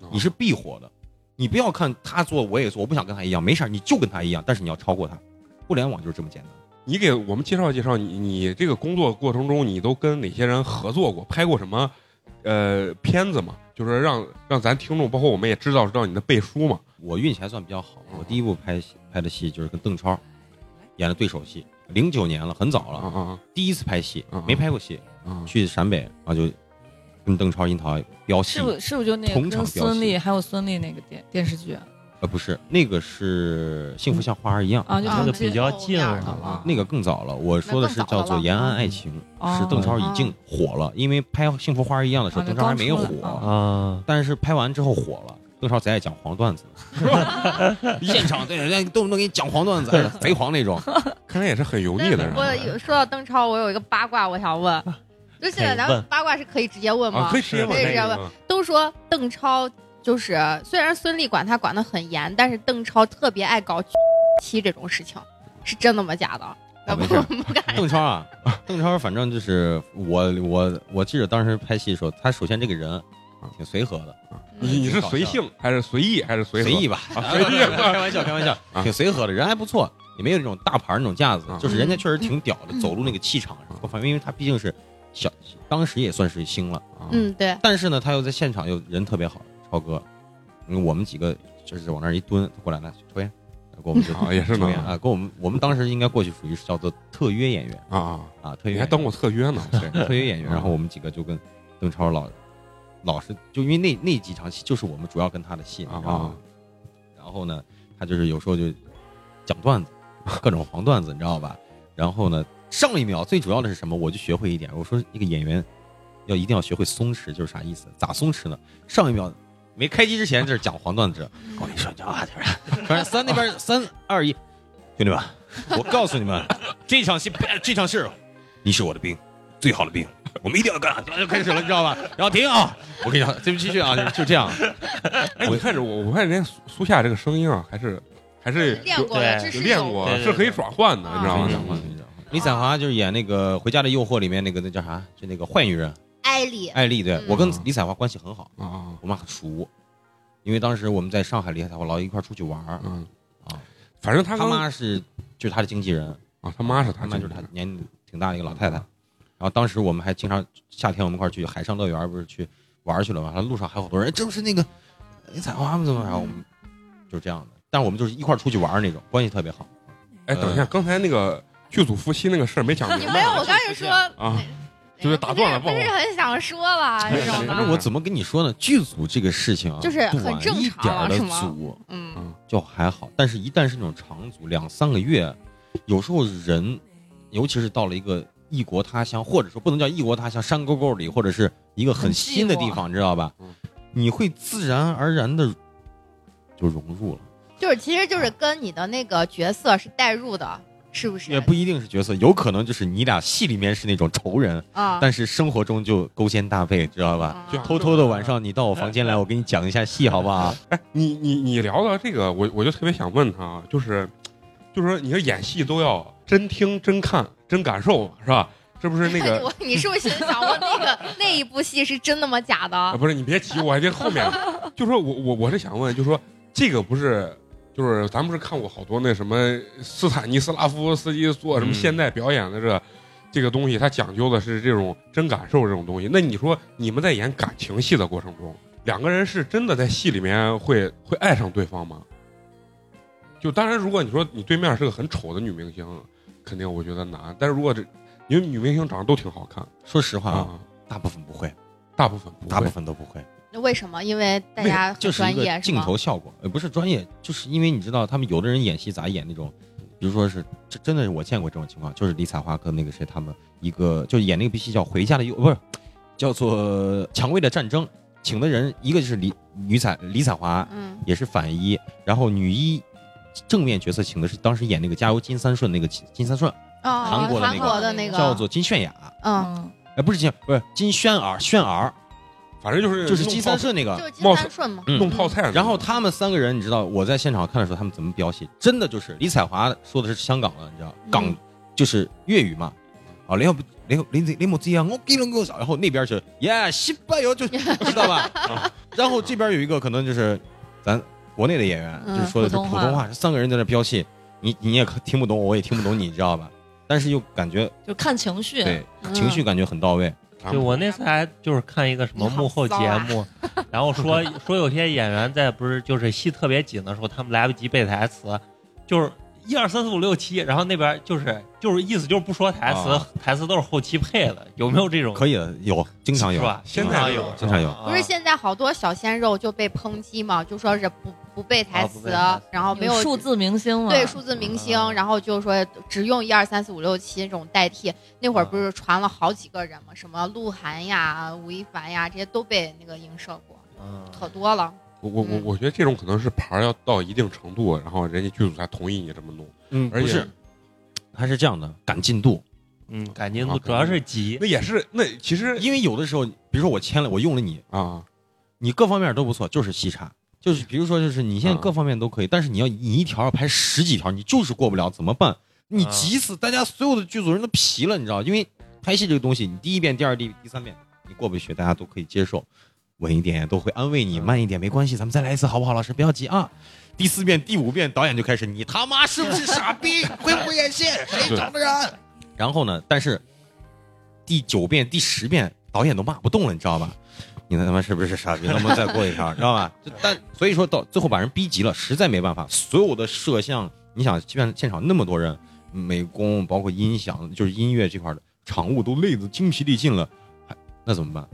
哦
你是必火的。你不要看他做我也做，我不想跟他一样，没事儿，你就跟他一样，但是你要超过他。互联网就是这么简单。
你给我们介绍介绍你你这个工作过程中，你都跟哪些人合作过，拍过什么呃片子嘛？就是让让咱听众，包括我们也知道知道你的背书嘛。
我运气还算比较好，我第一部拍戏拍的戏就是跟邓超演的对手戏，零九年了，很早
啊
了，
啊
第一次拍戏
嗯，
没拍过戏，
啊！
去陕北，然后就跟邓超、樱桃飙戏
是，不是不就那个
同场
跟
飙
孙
戏
俪还有孙俪那个电电视剧
呃，不是，那个是《幸福像花儿一样》，
啊？就
啊
那
同
个
期
比较近
那
了。
啊
那个更早了，我说的是叫做《延安爱情》，
哦
是邓超已经火了，因为拍《幸福花儿一样》的时候，
啊
邓超还没有
那刚出来
火，
哦
啊，
但是拍完之后火了。邓超贼爱讲黄段子，
[laughs]
现场对人家动不动给你讲黄段子，贼黄那种。
看来也是很油腻
但
的
是
人啊
我有说到邓超，我有一个八卦，我想问，就是现在咱
可以
们
问
八卦是可以直接问
啊，
吗？
可以直接问
可以直接
那
问
个
都说邓超就是，虽然孙俪管他管得很严，但是邓超特别爱搞妻这种事情，是真的吗？假的？要不
啊没事儿
我们不敢
邓超啊，邓超反正就是我我我记得当时拍戏的时候，他首先这个人啊挺随和的，
你
嗯
你是随性还是随意还是随和
随意吧，
啊随意
开玩笑开玩笑
啊，
挺随和的，人还不错，也没有那种大牌儿那种架子
啊，
就是人家确实挺屌的，走路那个气场什么，反正因为他毕竟是小，当时也算是星了，
啊
嗯，对，
但是呢，他又在现场又人特别好，超哥，嗯我们几个就是往那儿一蹲，他过来呢抽烟，然后给我们就
啊也是
抽
呢
烟啊，跟我们我们当时应该过去属于是叫做特约演员
啊啊，
啊，特约
你
演
还
员
当过特约呢？
对，特约演员。
啊
然后我们几个就跟邓超老老是就因为那那几场戏就是我们主要跟他的戏，
啊
然后然后呢，他就是有时候就讲段子，各种黄段子，你知道吧？然后呢，上一秒最主要的是什么？我就学会一点，我说一个演员要一定要学会松弛，就是啥意思？咋松弛呢？上一秒。没开机之前，这是讲黄段子。 [laughs] 我哦跟你说，你知道吧？就是反正三那边三二一，兄弟们， [laughs] 我告诉你们，这场戏，这场事，你是我的兵，最好的兵，我们一定要干，然后就开始了，你知道吧？然后停啊， [laughs] 我跟你讲，对不起，
[laughs]
继续啊，就这样。
哎，你看着我，我看人家苏苏夏这个声音啊，还是还是
练过的，这
有哎
是
练
有
过
对，对
是可以转换的，
啊
你知道
嗯
吗？
李彩华就是演那个《回家的诱惑》里面那个那叫啥？就那个坏女人
嗯
艾
哎
丽，
艾丽。对
嗯
我跟李彩华关系很好，
啊啊
我们很熟，因为当时我们在上海，李彩华老一块儿出去玩儿
啊，嗯
啊，
反正他
他
跟
妈是就是他的经纪人，
啊，他妈是
他
他
妈
经
就
纪
是他
人，
年龄挺大的一个老太太。然后当时我们还经常夏天我们一块儿去海上乐园，不是去玩儿去了吗？然后路上还有好多人，哎这不是那个李彩华吗？怎么？然后我
嗯
们就是这样的，但是我们就是一块儿出去玩儿那种，关系特别好。
哎，等一
呃
下，刚才那个剧组夫妻那个事儿没讲
你
明
没
白
有，我刚才说
啊，就是打断了哎
不是不是
不
很想说了这种
哪
反正
的，
哎我怎么跟你说呢？剧组这个事情啊，
哎就是很
短
正
一
常
点儿的
是吗
组
嗯，
就还好，但是一旦是那种长组，两三个月，有时候人，尤其是到了一个异国他乡，或者说不能叫异国他乡，山沟沟里，或者是一个很
很
新的地方，你知道吧
嗯？
你会自然而然的就融入了，
就是其实就是跟你的那个角色是代入的，是不是？
也不一定是角色，有可能就是你俩戏里面是那种仇人，
啊，
但是生活中就勾肩搭背，知道吧？
啊
就
偷偷的晚上你到我房间来，我给你讲一下戏，好不
嗯
好？
你你你聊到这个，我我就特别想问他啊，就是就是说，你说演戏都要真听、真看、真感受嘛，是吧？这不是那
[laughs]
个
我你是不是心想我那个那一部戏是真的吗？假
啊，
的？
不是你别急，我还这后面，就说我我我是想问，就说这个不是，就是咱不是看过好多那什么斯坦尼斯拉夫斯基做什么
嗯
现代表演的这、这个东西，它讲究的是这种真感受这种东西。那你说你们在演感情戏的过程中，两个人是真的在戏里面会会爱上对方吗？就当然，如果你说你对面是个很丑的女明星，肯定我觉得难。但是如果这因为女明星长得都挺好看
说实话啊，
啊，
大部分不会，
大部分不
大
会
部分都不会。
那为什么？因为大家
就
很
是一
专
个
业
镜
吗？
头效果，呃，不是专业，就是因为你知道，他们有的人演戏咋演那种，比如说是这真的是我见过这种情况，就是李彩华跟那个谁他们一个就是演那个部戏叫《回家的诱》，不是叫做《蔷薇的战争》，请的人一个就是李女彩李彩华
嗯
也是反一，然后女一正面角色请的是当时演那个《加油金三顺》那个金金三顺，
哦，
韩国的那
韩
个
国的那个
叫做金泫雅，
嗯，
嗯，
哎，不是金不是金泫儿泫儿，
反正就是
就是
弄
金
泡
三顺那个，
就是金
冒
三顺嘛。
嗯
弄泡菜呢。
然后他们三个人，你知道我在现场看的时候，他们怎么飙戏？真的就是李彩华说的是香港的，你知道港、就是粤语嘛，啊，你又不你又你你冇知啊，我几能够少，然后那边是耶西班哦牙就知道吧，啊然后这边有一个可能就是咱国内的演员，
嗯
就是说的是普
普通话
通话，三个人在那飙戏，你你也听不懂，我也听不懂你，你知道吧？但是又感觉
就看情绪。
对
嗯
情绪感觉很到位。
咱
对
们
我那次还就是看一个什么幕后节
啊 [laughs]
目，然后说说有些演员在不是就是戏特别紧的时候，他们来不及背台词，就是一二三四五六七，然后那边就是就是意思就是不说台词，
啊
台词都是后期配的，有没有这种？
可以的，有经常有
是，吧？
现在
经常
有
有，
经常有
啊
不是现在好多小鲜肉就被抨击嘛，就说是不不背台
啊不
词，
背台词
然后没
有
有
数字明星嘛？
对数字
嗯
明星，
啊
然后就说只用一二三四五六七这种代替。那会儿
啊
不是传了好几个人嘛，什么鹿晗呀、吴亦凡呀，这些都被那个映射过，
嗯
可多了。
我我我
嗯
我觉得这种可能是牌儿要到一定程度，然后人家剧组才同意你这么弄。
嗯，
而
不
且
是，它是这样的，赶进度，
嗯，感情
啊
主要是急
那也是那其实
因为有的时候，比如说我签了，我用了你，
啊，
你各方面都不错，就是细差。就是比如说，就是你现在
啊
各方面都可以，但是你要你一条要拍十几条，你就是过不了，怎么办？你
啊
急死大家所有的剧组人都疲了，你知道？因为拍戏这个东西，你第一遍、第二遍、第三遍你过不去，大家都可以接受，稳一点都会安慰你，
嗯
慢一点没关系，咱们再来一次好不好？老师不要急啊。第四遍、第五遍，导演就开始你他妈是不是傻逼？会不会演戏？谁找的人？然后呢？但是第九遍、第十遍，导演都骂不动了，你知道吧？你他妈是不是傻逼？能不能再过一条？知道吧？就但所以说到最后把人逼急了，实在没办法。所有的摄像，你想现现场那么多人，美工包括音响，就是音乐这块的场务都累得精疲力尽了，还那怎么办？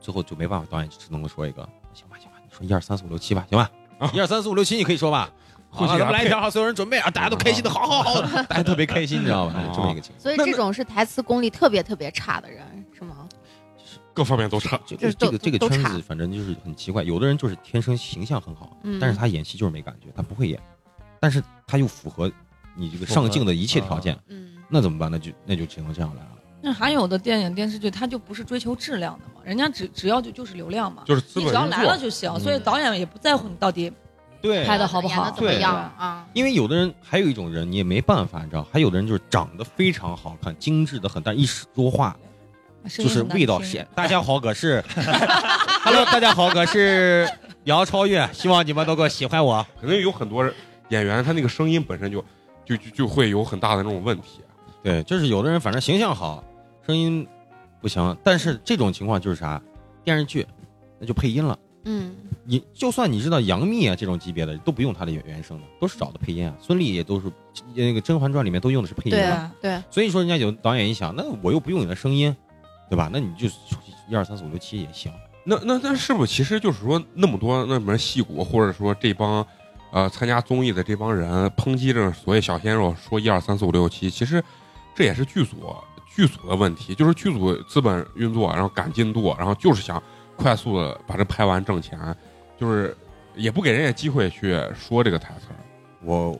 最后就没办法，导演只能够说一个，行吧行吧，你说一二三四五六七吧，行吧，一二三四五六七你可以说吧。好
后期
了，
给他
咱们来一
配
条，好所有人准备啊，大家都开心的，好好好，大家特别开心，你知道吧？
啊
这么一个情况，
所以这种是台词功力特别特别差的人，是吗？
啊各方面都差。
这
就是
这个
都
这个
都
圈
差
子反正就是很奇怪，有的人就是天生形象很好，
嗯
但是他演戏就是没感觉，他不会演，但是他又符合你这个上镜的一切条件，
嗯，
那怎么办？那就那就只能这样来了。
那还有的电影电视剧，它就不是追求质量的嘛，人家只只要就就是流量嘛，
就是资
你
本
只要
运
来了
作，嗯
就行。所以导演也不在乎你到底
对
拍得好不
演
好
得怎么
对
样啊？
因为有的人还有一种人，你也没办法，你知道，还有的人就是长得非常好看，精致的很，但一说话就
声音
是
很难
味道
听
鲜。大家好，我是 [laughs] ，Hello，大家好，我是姚超越，希望你们能够喜欢我。
肯定有很多人演员他那个声音本身就就就就会有很大的那种问题。
对，就是有的人反正形象好，声音不行，但是这种情况就是啥，电视剧那就配音了。
嗯，
你就算你知道杨幂啊这种级别的都不用她的原原声的，都是找的配音啊。孙俪也都是那个《甄嬛传》里面都用的是配音
对
嘛。
啊
对，
所以说人家有导演一想，那我又不用你的声音，对吧？那你就一二三四五六七也行。
那那那是不是其实就是说那么多那门戏骨，或者说这帮呃参加综艺的这帮人抨击这所谓小鲜肉，说一二三四五六七，其实这也是剧组剧组的问题，就是剧组资本运作，然后赶进度，然后就是想快速的把这拍完挣钱，就是也不给人家机会去说这个台词儿。
我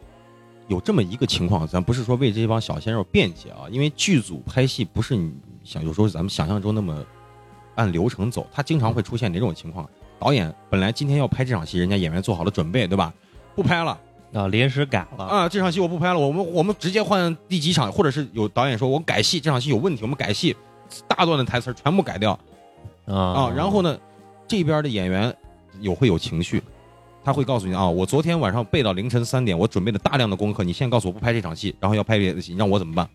有这么一个情况，咱不是说为这帮小鲜肉辩解啊，因为剧组拍戏不是你想有时候咱们想象中那么按流程走，它经常会出现哪种情况？导演本来今天要拍这场戏，人家演员做好了准备，对吧？不拍了
啊，临时改了，
啊，这场戏我不拍了，我们我们直接换第几场，或者是有导演说我改戏，这场戏有问题，我们改戏，大段的台词儿全部改掉，啊、
啊
然后呢，这边的演员有会有情绪，他会告诉你啊，我昨天晚上背到凌晨三点，我准备了大量的功课，你现在告诉我不拍这场戏，然后要拍别的戏，你让我怎么办？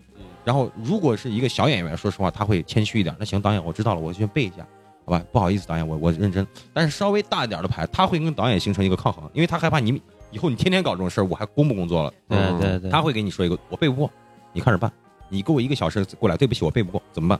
然后如果是一个小演员，说实话他会谦虚一点，那行，导演我知道了，我先背一下，好吧，不好意思，导演我我认真。但是稍微大一点的牌，他会跟导演形成一个抗衡，因为他害怕你以后你天天搞这种事儿，我还工不工作了？嗯
对对对，
他会给你说一个，我背不过，你看着办。你给我一个小时过来，对不起，我背不过，怎么办？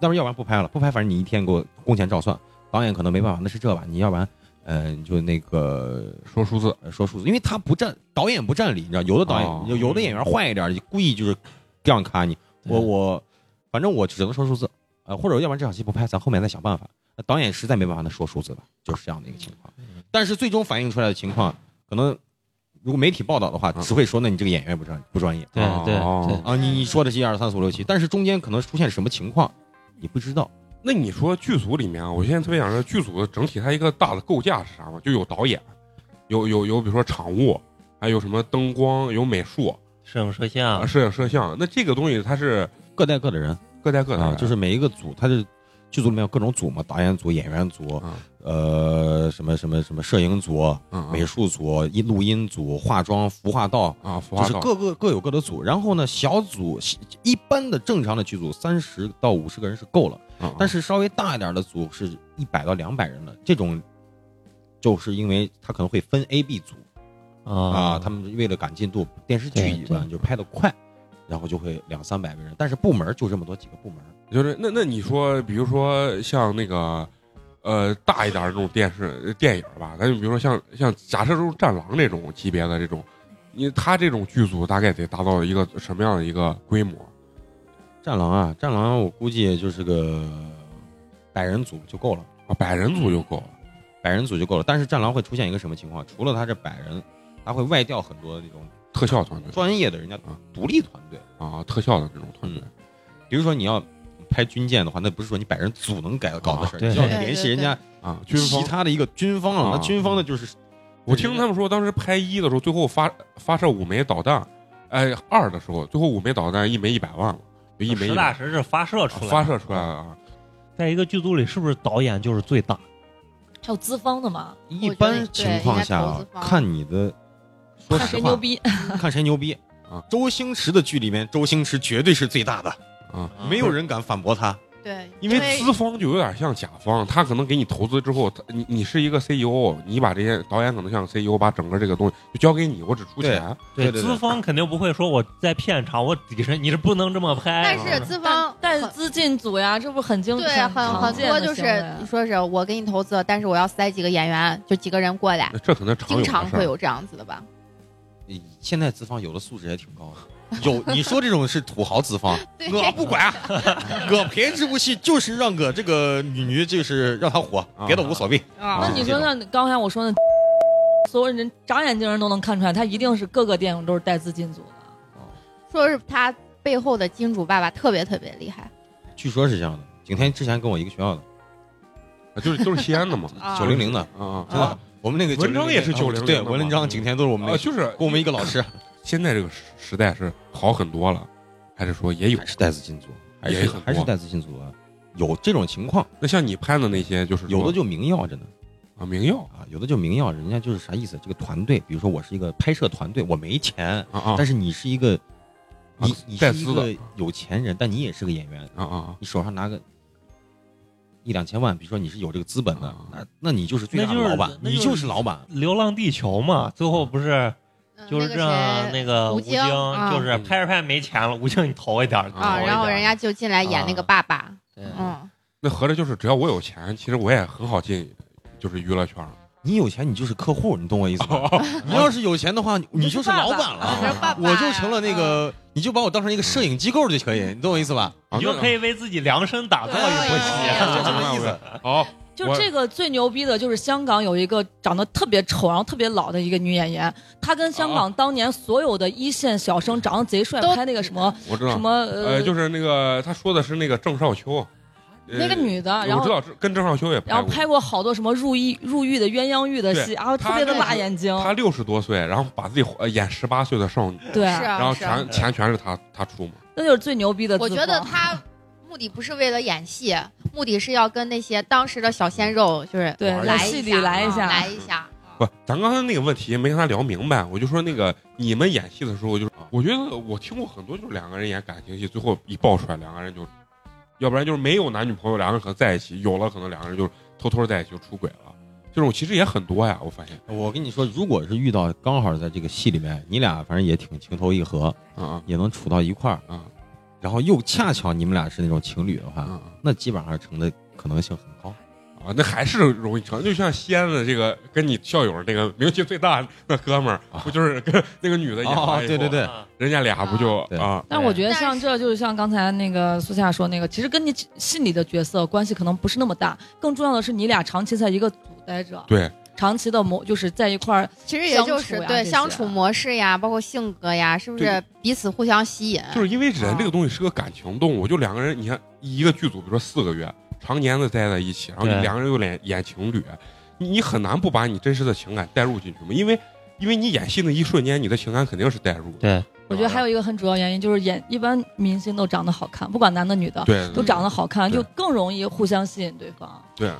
要不然要不然不拍了，不拍，反正你一天给我工钱照算。导演可能没办法，那是这吧？你要不然，嗯、你就那个
说数字，
呃说数字，因为他不占导演不占理，你知道，有的导演、
哦
有有的演员坏一点，故意就是这样卡你。
对
我我，反正我只能说数字，呃，或者要不然这场戏不拍，咱后面再想办法。那导演实在没办法，那说数字吧，就是这样的一个情况。但是最终反映出来的情况，可能如果媒体报道的话，
嗯
只会说那你这个演员不专不专业
对对
哦
对，
啊，你你说的是一二三四五六七，但是中间可能出现什么情况，你不知道。
那你说剧组里面啊，我现在特别想说，剧组的整体它一个大的构架是啥嘛？就有导演，有有有，比如说场务，还有什么灯光，有美术，
摄影摄
啊，
像，
摄影摄像。那这个东西它是
各带各的人啊
各带各的、
啊，就是每一个组他的剧组里面有各种组嘛，导演组、演员组，
嗯
呃，什么什么什么摄影组、
嗯
美术组、音录音组、化妆、服化道，
啊，服
就
化
是
道
各个各有各的组。然后呢，小组一般的正常的剧组三十到五十个人是够了，
嗯
但是稍微大一点的组是一百到两百人的这种，就是因为他可能会分 A、B 组。
嗯
啊，他们为了赶进度，电视剧
对
一般
对
就拍得快，然后就会两三百个人，但是部门儿就这么多几个部门儿，
就是那那你说，比如说像那个呃大一点的这种电视呃电影吧，咱就比如说像像假设就是《战狼》这种级别的这种，你他这种剧组大概得达到一个什么样的一个规模？
战狼啊，战狼啊，我估计就是个百人组就够了，
啊，百人组就够了。
百人组就够了。但是战狼会出现一个什么情况？除了他这百人，他会外调很多那种
特效团队
专业的人家
嗯
独立团队。
啊，特效的这种团队，
比如说你要拍军舰的话，那不是说你百人组能改搞的事
啊
儿，
对
你要
对
联系人家
啊，军
嗯其
方。
他的一个军方啊，
啊
那军方的就是
我听他们说，当时拍一的时候，最后发发射五枚导弹，哎，二的时候，最后五枚导弹一枚一百万了，就一枚
实
一
打
百
实是发射出来的，
发射
嗯
出来了啊。
在一个剧组里，是不是导演就是最大？
还有资方的嘛，
一般情况下
我觉
啊
得对应该投资，方
看你的，说
看
实
谁
话
牛，逼，
看谁牛逼
啊！
周星驰的剧里面，周星驰绝对是最大的，啊
嗯
没有人敢反驳他。
对，
因为资方就有点像甲方，他可能给你投资之后，他你你是一个 CEO，你把这些导演可能像 CEO，把整个这个东西就交给你，我只出钱。
对对对
资方肯定不会说我在片场，我底下你是不能这么拍。啊
但是资方
但是
很
资进组呀，这不很经
对啊很
常
很
见
多
的
就
行为啊
是你说是我给你投资，但是我要塞几个演员，就几个人过来，
这可能常有的
经
事儿
常会有这样子的
[laughs]
吧？
现在资方有的素质也挺高的，有你说这种是土豪资方，
对
我不管，啊我陪这部戏就是让我这个女女就是让她火，别的无所谓。
那
啊
你说，那刚才我说那，所有人长眼睛人都能看出来，他一定是各个电影都是带资进组的。
说是他背后的金主爸爸特别特别厉害，
据说是这样的，景天之前跟我一个学校的，
就是都是西安的嘛，
啊
九零零的，
啊
真的，我们那个
文章
900
也是
啊
900
对，
的嘛
文章景天都 [laughs] 是我们那
啊，哎
个
就是
跟我们一个老师，
现在这个时时代是好很多了，还是说也有
还？是带资进组，还
也
是
哎很多
还是带资进组啊，有这种情况，
那像你拍的那些，就是说
有的就明要着呢。
啊，明耀
啊，有的就明要，人家就是啥意思？这个团队，比如说我是一个拍摄团队，我没钱，
啊啊
但是你是一个，
啊
你你
带
是一
资的
个有钱人，但你也是个演员，
啊啊
你手上拿个一两千万，比如说你是有这个资本的
啊，
那那你就是最
那
大
就
的
是
老板，
那
你
就是
是老板。
《流浪地球》嘛，最后不是
嗯
就是
那
让
个谁
那个
吴
吴京
京啊
就是拍着拍着没钱了，吴京你投一点儿
啊
啊，
投一
然后
点儿
人家就进来演那个爸爸，
对
嗯，
那合着就是只要我有钱，其实我也很好进，就是娱乐圈儿
你有钱，你就是客户，你懂我意思吗？你要是有钱的话，你就是老板
啊
啊
这
了，
是爸爸呀，
我就成了那个，你就把我当成一个摄影机构就可以，你懂我意思吧？
啊，
你就
那
可以为自己量身打造
对
一
对
波
哎
对
戏
对。
[laughs] 就这么意思。
好，
就
我
这个最牛逼的，就是香港有一个长得特别丑，然后特别老的一个女演员，她跟
啊
香港当年所有的一线小生长得贼帅，
都
拍那个什么
我知
什
道，
么呃
呃，，就是那个他说的是那个郑少秋，呃
那个女的，然
我知道
后
是跟郑少秋也
然后
过
拍过好多什么入狱入狱的鸳鸯狱的戏，
对
然后特别的辣眼睛，
他六十多岁，然后把自己呃演十八岁的少女，
对，
是啊
然后
是啊
全
嗯
钱全是他他出嘛，
那就是最牛逼的资
我
方。
觉得
[laughs]
他目的不是为了演戏，目的是要跟那些当时的小鲜肉就是
对
玩
来
一
在戏
一
里
下，
来一
啊
下
哎
来一下。
不，咱刚才那个问题没跟他聊明白，我就说那个你们演戏的时候，就是我觉得我听过很多，就是两个人演感情戏，最后一爆出来，两个人就，要不然就是没有男女朋友，两个人可能在一起，有了可能两个人就偷偷在一起就出轨了，这种其实也很多呀，我发现，
我跟你说，如果是遇到刚好在这个戏里面，你俩反正也挺情投意合，
啊
也能处到一块儿，
啊
然后又恰巧你们俩是那种情侣的话，
啊啊
那基本上成的可能性很高。
啊，那还是容易成，就像西安的这个跟你校友那个名气最大那哥们儿，不就是跟那个女的演完以后，
啊哦对对对，
啊
人家俩不就
对
啊
但是我觉得
但
像
是
这就是像刚才那个苏夏说那个，其实跟你心里的角色关系可能不是那么大，更重要的是你俩长期在一个组待着，
对
长期的磨就是在一块儿，
其实也就
相
是
处呀
对
这些
相处模式呀，包括性格呀，是不是彼此互相吸
哎
引？
就是因为人
嗯
这个东西是个感情动物，就两个人，你看一个剧组，比如说四个月，常年的待在一起，然后
对
两个人又演演情侣，你你很难不把你真实的情感带入进去嘛，因为因为你演戏那一瞬间，你的情感肯定是代入的。
对，
我觉得还有一个很主要原因就是演一般明星都长得好看，不管男的女的
对
都长得好看，
对
就更容易互相吸引对方。
对，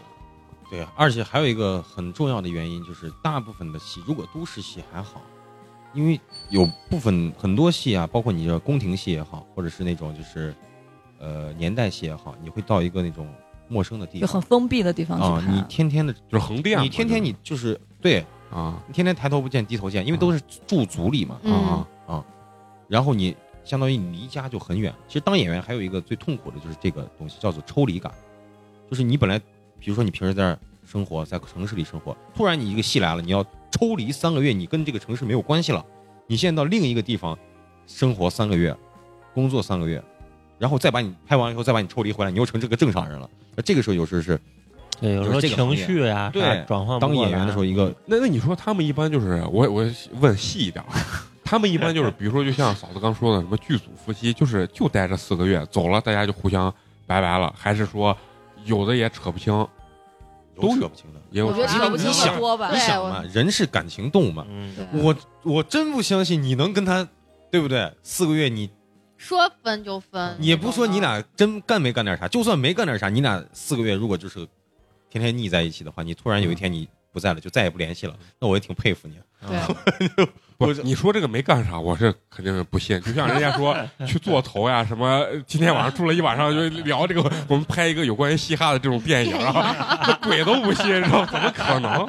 对，啊而且还有一个很重要的原因就是，大部分的戏，如果都市戏还好，因为有部分很多戏啊，包括你这宫廷戏也好，或者是那种就是，呃，年代戏也好，你会到一个那种陌生的地
就很
方
封闭的地方
啊
去，
你
看，
天天的，
就是横店嘛。
你天天你就是对，嗯
就是啊
你天天抬头不见低头见，因为都是驻足里嘛，
嗯
啊
然后你相当于你离家就很远。其实当演员还有一个最痛苦的就是这个东西，叫做抽离感，就是你本来，比如说你平时在这儿生活，在城市里生活，突然你一个戏来了，你要抽离三个月，你跟这个城市没有关系了，你现在到另一个地方生活三个月，工作三个月，然后再把你拍完以后再把你抽离回来，你又成这个正常人了。那这个时候有时候是
对，有时候
就是这个
情绪呀、
对
啥转换不
当
过
演员
来嗯
的时候一个
那那你说他们一般就是我我问细一点啊，他们一般就是比如说就像嫂子刚说的什么剧组夫妻，就是就待这四个月走了，大家就互相拜拜了，还是说有的也扯不清，
有扯不清的。
也有
我觉得
啊
扯不清
你
的
想
多吧
你。
对
想
我
嘛，人是感情动物嘛，
嗯，
对
我我真不相信你能跟他，对不对？四个月你
说分就分，
啊也不说你俩真干没干点啥，就算没干点啥，你俩四个月如果就是天天腻在一起的话，你突然有一天你不在了，就再也不联系
嗯
了，那我也挺佩服你。啊
对
不
我
是，你说这个没干啥，我是肯定是不信。就像人家
[laughs]
说去做头呀，什么呃今天晚上住了一晚上，就聊
[laughs]
这个，我们拍一个有关于嘻哈的这种电影啊，那鬼都不信，知道怎么可
[laughs]
能？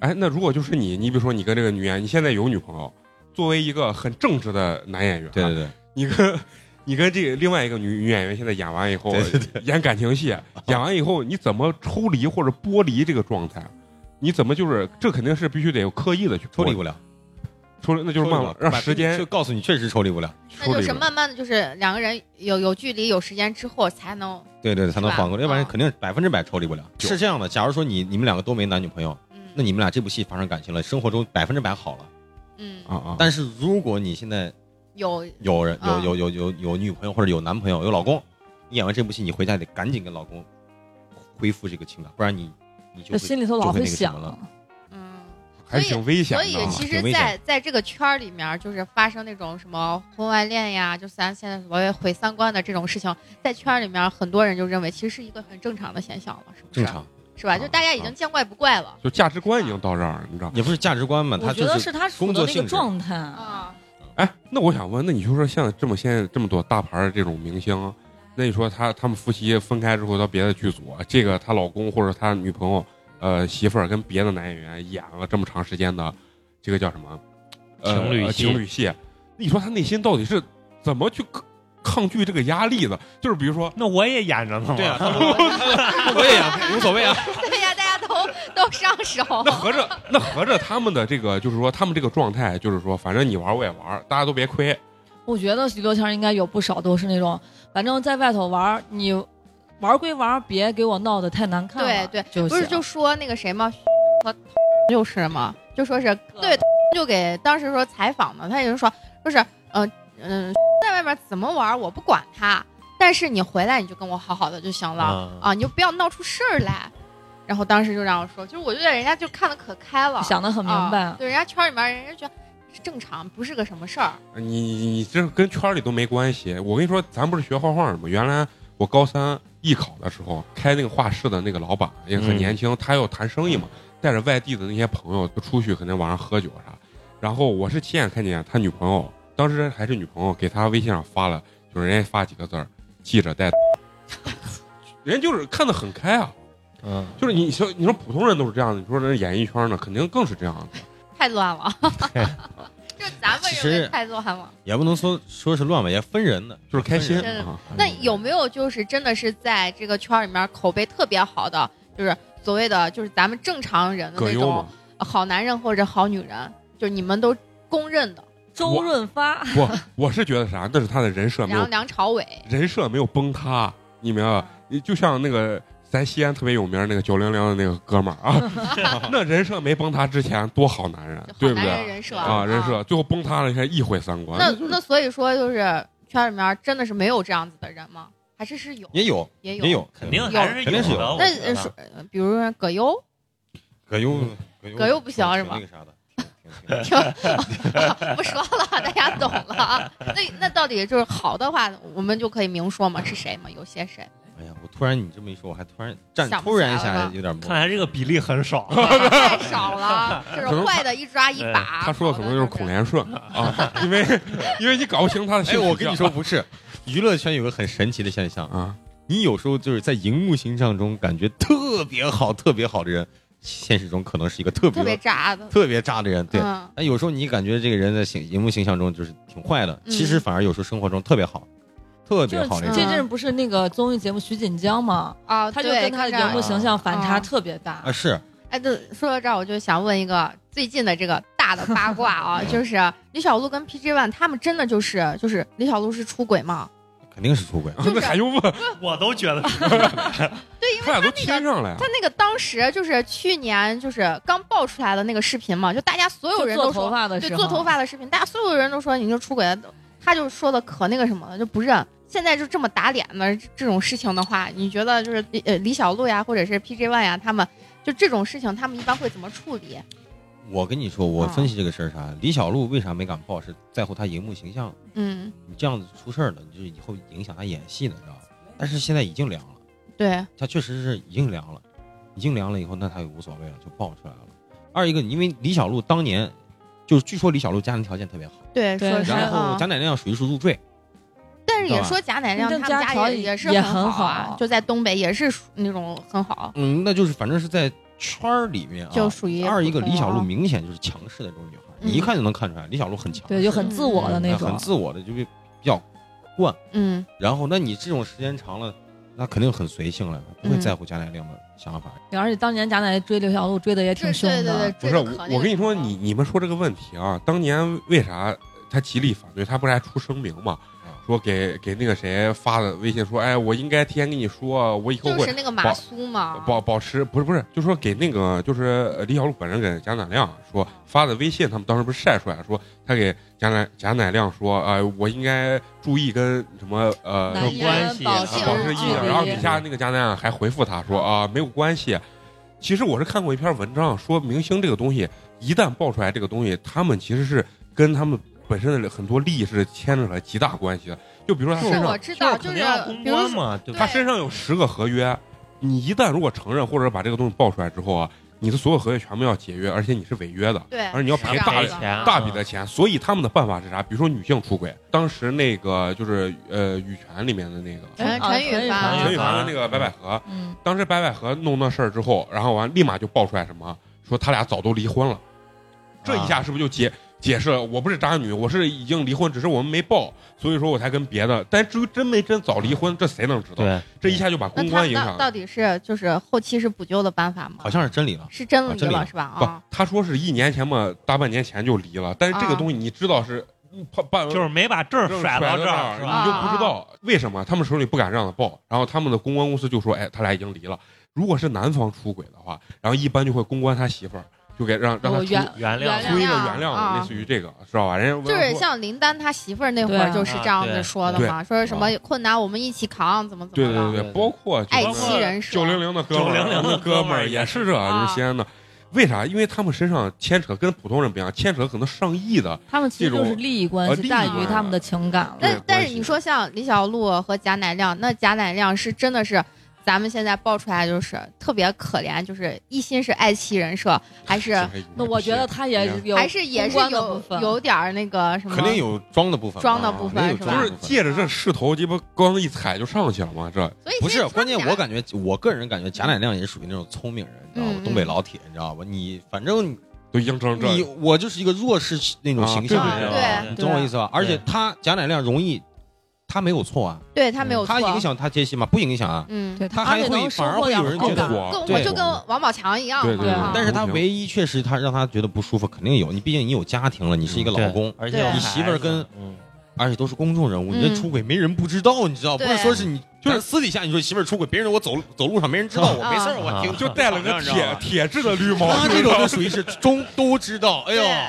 哎，那如果就是你，你比如说你跟这个女演，你现在有女朋友，作为一个很正直的男演员，啊
对对对，
你跟 [laughs] 你跟这个另外一个女女演员现在演完以后，
对啊
演感情戏，演完以后你怎么抽离或者剥离这个状态？你怎么就是这肯定是必须得有刻意的去
抽
剥
离不了，
抽离，那就是慢慢
抽离不了
让
百分
时间
就告诉你，确实抽离不了。
那就
处理
是
了
慢慢的就是两个人有有距离有时间之后才能
对对，对才能
是吧
缓过来，要不然
嗯
肯定百分之百抽离不了。是这样的，假如说你你们两个都没男女朋友，
嗯
那你们俩这部戏发生感情了，生活中百分之百好了。
嗯
啊啊！
但是如果你现在
有
有人有
嗯
有有有有女朋友或者有男朋友有老公，你演完这部戏，你回家得赶紧跟老公恢复这个情感，不然你你就
就
会
心里头老
就会那个什
想啊
么了，
嗯，
还是挺危险
所
的
以
啊。
其
挺
实
危
在，
险
在这个圈儿里面儿，就是发生那种什么婚外恋呀，就咱现在所谓毁三观的这种事情，在圈儿里面儿很多人就认为其实是一个很正常的现象了，是不是？
正常。
是吧？
啊
就大家已经见怪不怪了
就价值观已经到这儿了，你知道？
也不是价值观嘛，
我
他
觉
就
得
是
是他处
工
的
作
那
性
个
质
状态，
啊。
哎，那我想问，那你就说像这么现在这么多大牌儿的这种明星，那你说他他们夫妻分开之后到别的剧组，啊这个她老公或者她女朋友，呃，媳妇儿跟别的男演员演了这么长时间的，这个叫什么？呃
情侣戏
情侣戏，那你说他内心到底是怎么去抗抗拒这个压力的？就是比如说，
那我也演着呢嘛，
对啊，我也啊无所谓啊。
[laughs] 对呀，大家都都上手，
那合着那合着他们的这个就是说他们这个状态，就是说反正你玩儿我也玩儿，大家都别亏。
我觉得娱乐圈应该有不少都是那种，反正在外头玩儿，你玩儿归玩儿，别给我闹得太难看了。
对对
就
不是
行
就说那个谁嘛，和 [laughs] 就是嘛，就说是对，就给当时说采访嘛，他也是说，就是嗯嗯、 [laughs] 在外面怎么玩儿我不管他，但是你回来你就跟我好好的就行了。
嗯
啊
啊，你就不要闹出事儿来。然后当时就让我说，就是我觉得人家就看得可开了，
想得很明
啊
白。
对，人家圈里面人家觉得是正常，不是个什么事儿。
你你你这跟圈儿里都没关系。我跟你说，咱不是学画画的吗？原来我高三艺考的时候，开那个画室的那个老板也很
嗯
年轻，他要谈生意嘛，带着外地的那些朋友就出去，肯定晚上喝酒啥。然后我是亲眼看见他女朋友，当时还是女朋友，给他微信上发了，就是人家发几个字儿，记着带， [laughs] 人家就是看得很开啊。
嗯，
就是你说你说普通人都是这样的，你说人演艺圈呢，肯定更是这样的。
太乱
[laughs]
了，就咱们
其
认为
实
太乱了。
也不能说说是乱吧，也分人嗯的，
就是开心
是的
啊！
那有没有就是真的是在这个圈里面口碑特别好的，就是所谓的就是咱们正常人的
葛
那
优嘛
种，呃好男人或者好女人，就是你们都公认的，
周润发，
不， [laughs] 我是觉得啥，那是他的人设没
然后
有
梁朝伟，
人设没有崩塌，你明白吧？你就像那个咱西安特别有名儿那个九零零的那个哥们儿
[laughs]
啊， [laughs] 那人设没崩塌之前多好男人
就，
对不
好男人
对？
人设
啊，人设啊最后崩塌了，你看一毁三观。
那那所以说，就是圈里面真的是没有这样子的人吗？还是是有
也有
也有
也有，
肯定
有
还是
肯定是有
的。我
那
觉
呃
得
说，呃比如说葛优，
葛优
葛优不行是吧
挺那个啥的，停停，
就不说了，大家懂了啊。那那到底就是好的话，我们就可以明说嘛，是谁嘛，有些谁。
哎呀，我突然你这么一说，我还突然站，
想不
突然一
起来
下
了
有点
看
懵。
来这个比例很少。
太少 [laughs] 了，这
可
种
能
坏的一抓一把。
哎他说的可能就是孔连顺啊，因为因为你搞不清他的性
哎，
取向。
我跟你说，不是，娱乐圈有个很神奇的现象，
啊，
你有时候就是在荧幕形象中感觉特别好、特别好的人，现实中可能是一个特别
特别渣的，
特别渣的人。对，
嗯
但有时候你感觉这个人在形荧幕形象中就是挺坏的，
嗯
其实反而有时候生活中特别好，特别
就是
好的
这
人。
嗯
阵不是那个综艺节目徐锦江嘛，
啊，
他就
对
跟他
看
的
着
人物形象反差
嗯
特别大
啊，。是
哎，对，说到这儿，我就想问一个最近的这个大的八卦啊，
[laughs]
就是李小璐跟 PG One 他们真的就是就是李小璐是出轨吗？
肯定是出轨。
就是
那还用问？
啊
我都觉得
对，因为
他俩都贴上了呀
他。那个当时就是去年就是刚爆出来的那个视频嘛，就大家所有人
就
都
做头
说，
发的
对，
时候，
做头发的视频，大家所有人都说你就出轨了，他就说的可那个什么了，就不认。现在就这么打脸的这这种事情的话，你觉得就是李呃李小璐呀，或者是 PJ One 呀，他们就这种事情，他们一般会怎么处理？
我跟你说，我
啊
分析这个事儿啥？李小璐为啥没敢爆？是在乎她荧幕形象。
嗯，
你这样子出事儿了，你就是以后影响她演戏的，你知道吗？但是现在已经凉了，
对，
她确实是已经凉了，已经凉了以后，那她也无所谓了，就爆出来了。二一个，因为李小璐当年，就是据说李小璐家庭条件特别好，
对，
对
说是
然后
嗯
贾乃亮属于是入赘，
但是
知道
也
吧
说贾乃亮他
人
们
家
家
家条
也也是
也
很
很
好啊
好，
就在东北也是属那种很好，
嗯，那就是反正是在圈儿里面啊。
就属于
二一个，
普通
李小璐
啊
明显就是强势的这种女孩，
嗯
你一看就能看出来，李小璐很强势，
对，就很自我的那
嗯
种
很。自我的，就比较。
嗯
然后，那你这种时间长了，那肯定很随性了，不
嗯
会在乎贾乃亮的想法。
而且当年贾乃追刘小璐追的也
这
挺凶
对对对
的，，
不
追
是
得
我
可那，个
我跟你说，
什么
你你们说这个问题啊，当年为啥他极力反对？他不是还出声明嘛
嗯？
说给给那个谁发的微信说，哎，我应该提前跟你说，我以后
就
会
是那啊个马
保
苏嘛，
保保持不是不是，就说给那个就是呃李小璐本人给贾乃亮说发的微信，他们当时不是晒出来说他给贾乃贾乃亮说，呃，我应该注意跟什么呃
男
有关
人
系
保
啊
持
啊
持
保持
距
印象，然后底
离，
下那个贾乃亮还回复他说啊没有关系。其实我是看过一篇文章，说明星这个东西一旦爆出来，这个东西他们其实是跟他们本身的很多利益是牵扯了极大关系的。就比如说他身
是
上
我知道，就
肯
是
定要
比
公
如
关
说
嘛，对吧？
他身上有十个合约，啊你一旦如果承认或者把这个东西爆出来之后啊，你的所有合约全部要解约，而且你是违约的，
对，
而你要赔
是这
大
样
赔
笔
的
钱
大笔的钱。所以他们的办法是啥？比如说女性出轨，当时那个就是呃《羽泉》里面的那个
陈
啊
陈羽
陈
凡
陈羽
羽
凡
凡
跟那个白百合，
嗯，
当时白百合弄那事儿之后，然后完立马就爆出来什么，说他俩早都离婚了，这
啊
一下是不是就解解释了？我不是渣女，我是已经离婚，只是我们没报，所以说我才跟别的。但至于真没真早离婚，这谁能知道？
对，
这一下就把
那
公
他
关
们
影
到
响。
到底是就是后期是补救的办法吗？
好像是真理了，
是真
啊
离
真离
了
了
是吧？
不
啊，，
他说是一年前嘛，大半年前就离了，但是这个
啊
东西你知道是嗯判办
就是没把 [laughs] 证儿甩到这儿，是吧？
啊
你就不知道为什么他们手里不敢让他报，然后他们的公关公司就说，哎，他俩已经离了。如果是男方出轨的话，然后一般就会公关他媳妇儿，就给让让他
我
出
原
原
原谅
出一个
啊
原谅，
啊
类似于这个，知道吧？人家
就是
说
像林丹他媳妇儿那会
对
儿
啊
就是这样子
对
说的嘛，说是什么困难我们一起扛，怎么怎
对
么啊
对
了？
对
对对
包括
爱
包括
妻人设啊
九零零的哥们儿，
900
我们的哥们儿也是这，就是西安的。为啥？因为他们身上牵扯跟普通人不一样，牵扯可能上亿的，
他们其实就是利益关
这
系啊
种
大
呃利益
于
关系
他们的情感了。
对
但但
关
是
系
你说像李小璐和贾乃亮，那贾乃亮是真的是咱们现在爆出来就是特别可怜，就是一心是爱妻人设，还是
那我觉得他也有，
还是也是
公关的
有
部分
有点儿那个什么，
肯定有装的部分吧，
装的部分
肯定有
是吧
就
装的
是
部分
借着这势头，鸡巴刚一踩就上去了嘛，这
所以
不
其实
是
他们
关键，
俩
我感觉我个人感觉贾乃亮也属于那种聪明人，你知道吗？
嗯
东北老铁，你知道吧？你反正
都硬成这
你我就是一个弱势那种形象，
啊
你知道
对
吧？
对
你懂我意思吧？而且他贾乃亮容易，他没有错啊，
对他没有
他
错，
影响他接戏吗？不影响啊。
嗯，
对
他还
而且
会
能收
反而
获
会有
两
哦
人
个
觉得
好感
我
跟我
对
就跟王宝强一样
对
嘛，
对
对
啊
但是他唯一确实他让他觉得不舒服，肯定有。你毕竟你有家庭了，你是一个老公，
而且有
你
媳妇儿跟
孩子嗯
而且都是公众人物，
嗯
你这出轨没人不知道，你知道？不
对
是说是你
就
就是是私底下你说媳妇儿出轨，别人我走走路上没人知道，
嗯
我没事儿，我挺
[laughs]
就戴了个铁铁质的绿帽
他
子，
啊这种就属于是中都知道，哎呦。
对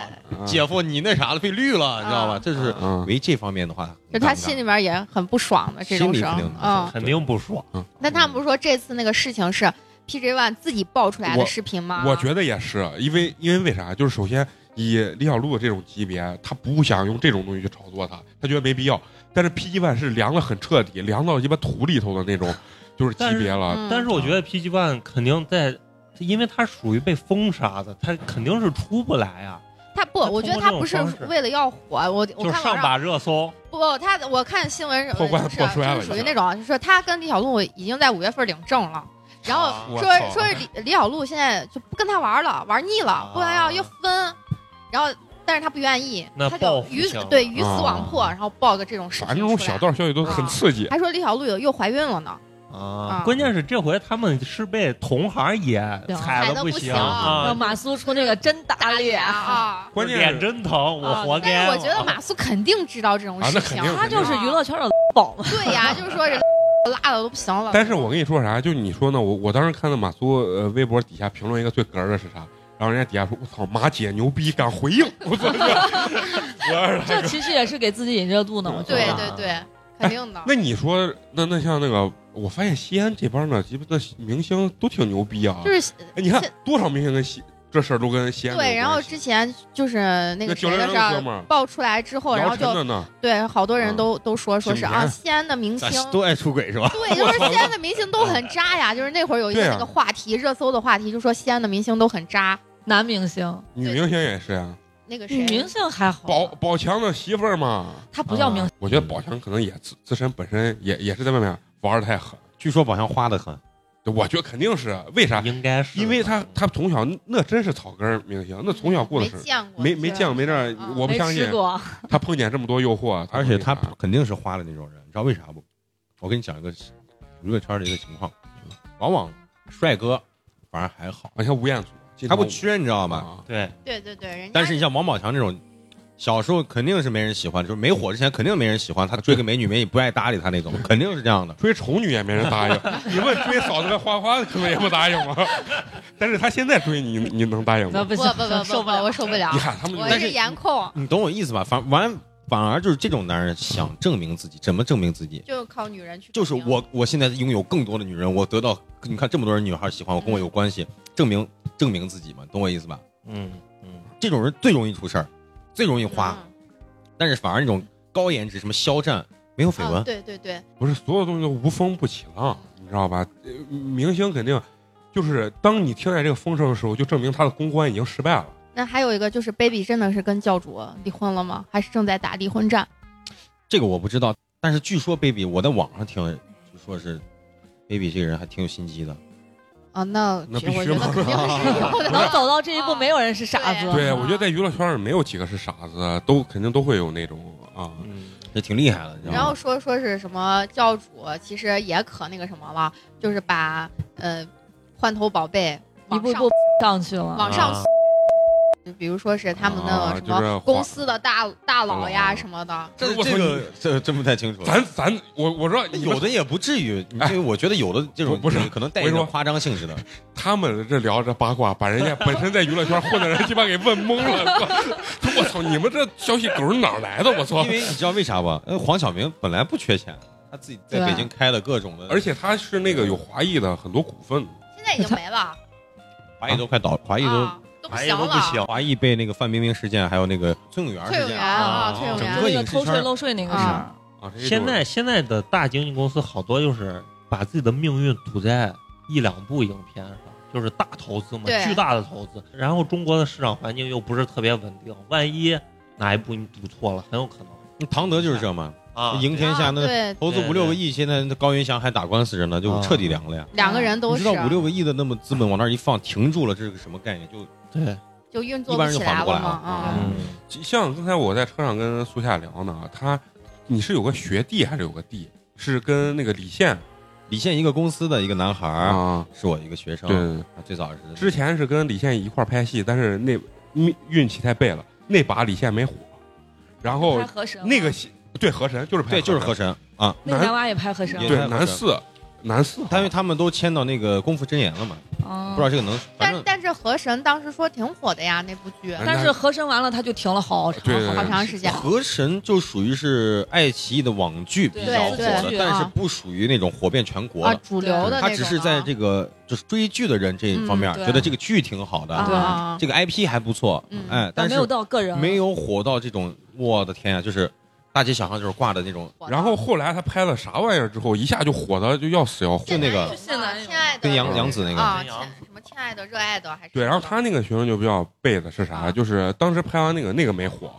姐夫，你那啥了，被绿了，你知道吧？
啊
这是
嗯，
为这方面的话，
就他心里面也很不爽的这种
心里
事儿
肯定不，
嗯
爽。
肯定不说，
但他们不是说这次那个事情是 PJ One 自己爆出来的
我
视频吗？
我觉得也是，因为因为为啥？就是首先以李小璐这种级别，他不想用这种东西去炒作他，他觉得没必要。但是 PG One 是凉了很彻底，凉到鸡巴土里头的那种，啊就是级别了。
嗯
但是我觉得 PG One 肯定在，因为它属于被封杀的，它肯定是出不来啊。
他不，
他
我觉得他
通过这
不是
种方式
为了要火，我我
就
看
是
网
上
上
把热搜，
不不，他我看新闻
破罐子
就是呃
破摔了
就是属
已
于
经
那种，就是他跟李小璐已经在五月份领证了，然后
啊
我
说
操
说是李李小璐现在就不跟他玩了，玩腻了，不然要又分，然后但是他不愿意，
那
他
报
就
复
鱼
性了
对鱼死网
啊
破，然后爆个这种事
反
情
正
出
这
来
种小道消息都很刺激。
还说李小璐又又怀孕了呢，
啊
啊
关键是这回他们是被同行也踩
踩得
的
不
行
行
然后
啊，
马苏出那个真打脸， [laughs]
啊！
关键
脸
是
真疼，我
啊
活
但
该
是
了。
我觉得马苏肯定知道这种
啊
事
那
情，
肯定
他就是娱乐圈的宝 [laughs] 嘛。
对呀，就是说人 [laughs] 拉的都不行了。
但是我跟你说啥，就你说呢？我我当时看到马苏呃微博底下评论一个最哏儿的是啥？然后人家底下说：“我操，马姐牛逼，敢回应！” [laughs] 我操，我二
这其实也是给自己引热度呢，我觉
对
啊
得。
对对，
哎
肯定的。
那你说，那那像那个，我发现西安这边呢，鸡巴的明星都挺牛逼啊！
就是
哎你看
现
多少明星跟西这事儿都跟西安有关
对，
系
然后之前就是那
那
个
九
谁
零
的
零
事
的哥
儿
们儿
爆出来之后，然后
姚晨
就
的呢，
对好多人
嗯
都都说说是
景
啊，
甜
西安的明星
咱都爱出轨是吧？
对，就是西安的明星都很渣呀。就是那会儿有一个
对啊
那个话题，热搜的话题，就说西安的明星都很渣。
男明星，
女明星也是呀，
那个谁
女，明星还好，啊
哦
宝宝强的媳妇儿嘛。
他不叫明星，
我觉得宝强可能也自自身本身也也是在外面玩的太狠，
据说宝强花的很，
我觉得肯定是为啥？
应该是，
因为他他从小那真是草根儿明星，那从小过的
没
是
见过，
没没见过没这儿
啊，
我不
没
相信
吃过。
他碰见这么多诱惑，
而且他
不
肯定是花的那种人，你知道为啥不？我跟你讲一个娱乐圈的一个情况，往往帅哥反而还好，
你看吴彦祖，
他不缺，你知道
好
吗？
吗？
对
对对对，人家
但是你像王宝强这种，小时候肯定是没人喜欢，就是没火之前肯定没人喜欢，他追个美女，美女不爱搭理他 [laughs] 那种，肯定是这样的。
追丑女也没人 [laughs] 答应，你问追嫂子跟花花可能也不答应吗？ [laughs] 但是他现在追你，你能答应
[laughs] 那
吗？
不
不
行，
不不
受
不
不
不，
了
我。受不了
你。看他们就
我
但
是
是
颜控，
你懂我意思吧？反完反而就是这种男人想证明自己，怎么证明自己？
就靠女人去证
就
明。
是我我现在拥有更多的女人，我得到你看这么多人女孩喜欢我，跟我有关系，证明证明自己嘛，懂我意思吧？
嗯嗯，
这种人最容易出事儿，最容易花，
嗯
但是反而那种高颜值什么肖战没有绯
啊
嗯
闻，
对对对，
不是所有东西都无风不起浪，你知道吧？呃明星肯定就是当你听见这个风声的时候，就证明他的公关已经失败了。
那还有一个就是，baby 真的是跟教主离婚了吗？还是正在打离婚战？
这个我不知道。但是据说 baby，我在网上听就说是 baby 这个人还挺有心机的，
啊，那
那
觉
必
我
须
觉得
嘛
肯定是有的。
[laughs] 能走到这一步，没有人是傻子。
啊
对，我觉得在娱乐圈里没有几个是傻子，都肯定都会有那种啊，
嗯
这挺厉害的，你知
然
道
后
吗？
说说是什么教主，其实也可那个什么了，就是把呃换头宝贝
一
往
步
上
一步 [laughs] 上去了。
往上
啊
就比如说是他们那
啊
种什
就是
么
华
公司的大大佬
大佬
呀什么的，
这
这这个这真不太清楚。
咱咱我我说你们
有的也不至于，因为我觉得有的这种
哎不不是
可能带一
我
种
跟你说
夸张性质的，
他们这聊这八卦，把人家本身在娱乐圈混的人鸡巴给问懵了。我操，你们这消息狗是哪儿来的？我操
因！为你知道为啥吧？呃，黄晓明本来不缺钱，他自己在
对
北京开了各种的，
而且他是那个有华裔的很多股份，
现在已经没了，
华谊都快倒，华谊都
啊都不行
哎呀都不
了。
行，
华谊被那个范冰冰事件，还有那个崔永元
崔
事
永元
件，
啊，
啊
崔永
整
元
个
那
影
个
视
偷税
圈
漏税那个事儿
啊，
啊，这些
现在
就是
现在的大经纪公司好多就是把自己的命运赌在一两部影片上，就是大投资嘛，
对
巨大的投资。然后中国的市场环境又不是特别稳定，万一哪一部你赌错了，很有可能
唐德就是这嘛，
啊。
赢天下
啊
那
对，
投资
对
五六个亿，现在那高云翔还打官司着呢，就
啊
彻底凉了呀。
两个人哦都
你
是啊
知道五六个亿的那么资本往那儿一放，停住了，这是个什么概念？就
对，
就运作
一般
不
人
起
就缓
来
不过
了
来
嘛
了啊
啊。
嗯，
像刚才我在车上跟苏夏聊呢，他你是有个学弟还是有个弟？是跟那个李现
李现一个公司的一个男孩
哦
儿，
啊？
是我一个学生，
对，
啊最早是
之前是跟李现一块儿拍戏，但是那运运气太背了，那把李现没火，然后
拍哦河神了
那个戏对河神就是拍
对就是河
神
神啊，
那个男娃也拍河神
也
了，
对
拍河
男
神
四男四好像，
因为他们都签到那个功夫真言了嘛，
不
不知道这个能，反
嗯但
正
但是河神当时说挺火的呀，那部剧
哎
但是和珅完了，他就停了好长
对对对
好
好
长。
长时间。
河神就属于是爱奇艺的网剧比较火
对对
的，
对
但是
啊
不属于那种火遍全国
啊，
的。
主流的那种
他
啊。
只是在这个就是追剧的人这一方面
嗯对
觉得这个剧挺好的，
啊，
这个 IP 还不错，
嗯
哎，但
但啊没
是
有到个人，
没有火到这种，我的天呀，啊就是大街小巷就是挂的那种，
火的
然后后来他拍了啥玩意儿之后，一下就火的就要死要活。
就那个
现在有嘛亲爱的
跟杨杨紫那个
啊，
跟
亲
杨紫
什么亲爱的、热爱的还是
对，然后他那个学生就比较背的是啥？
啊
就是当时拍完那个那个没火，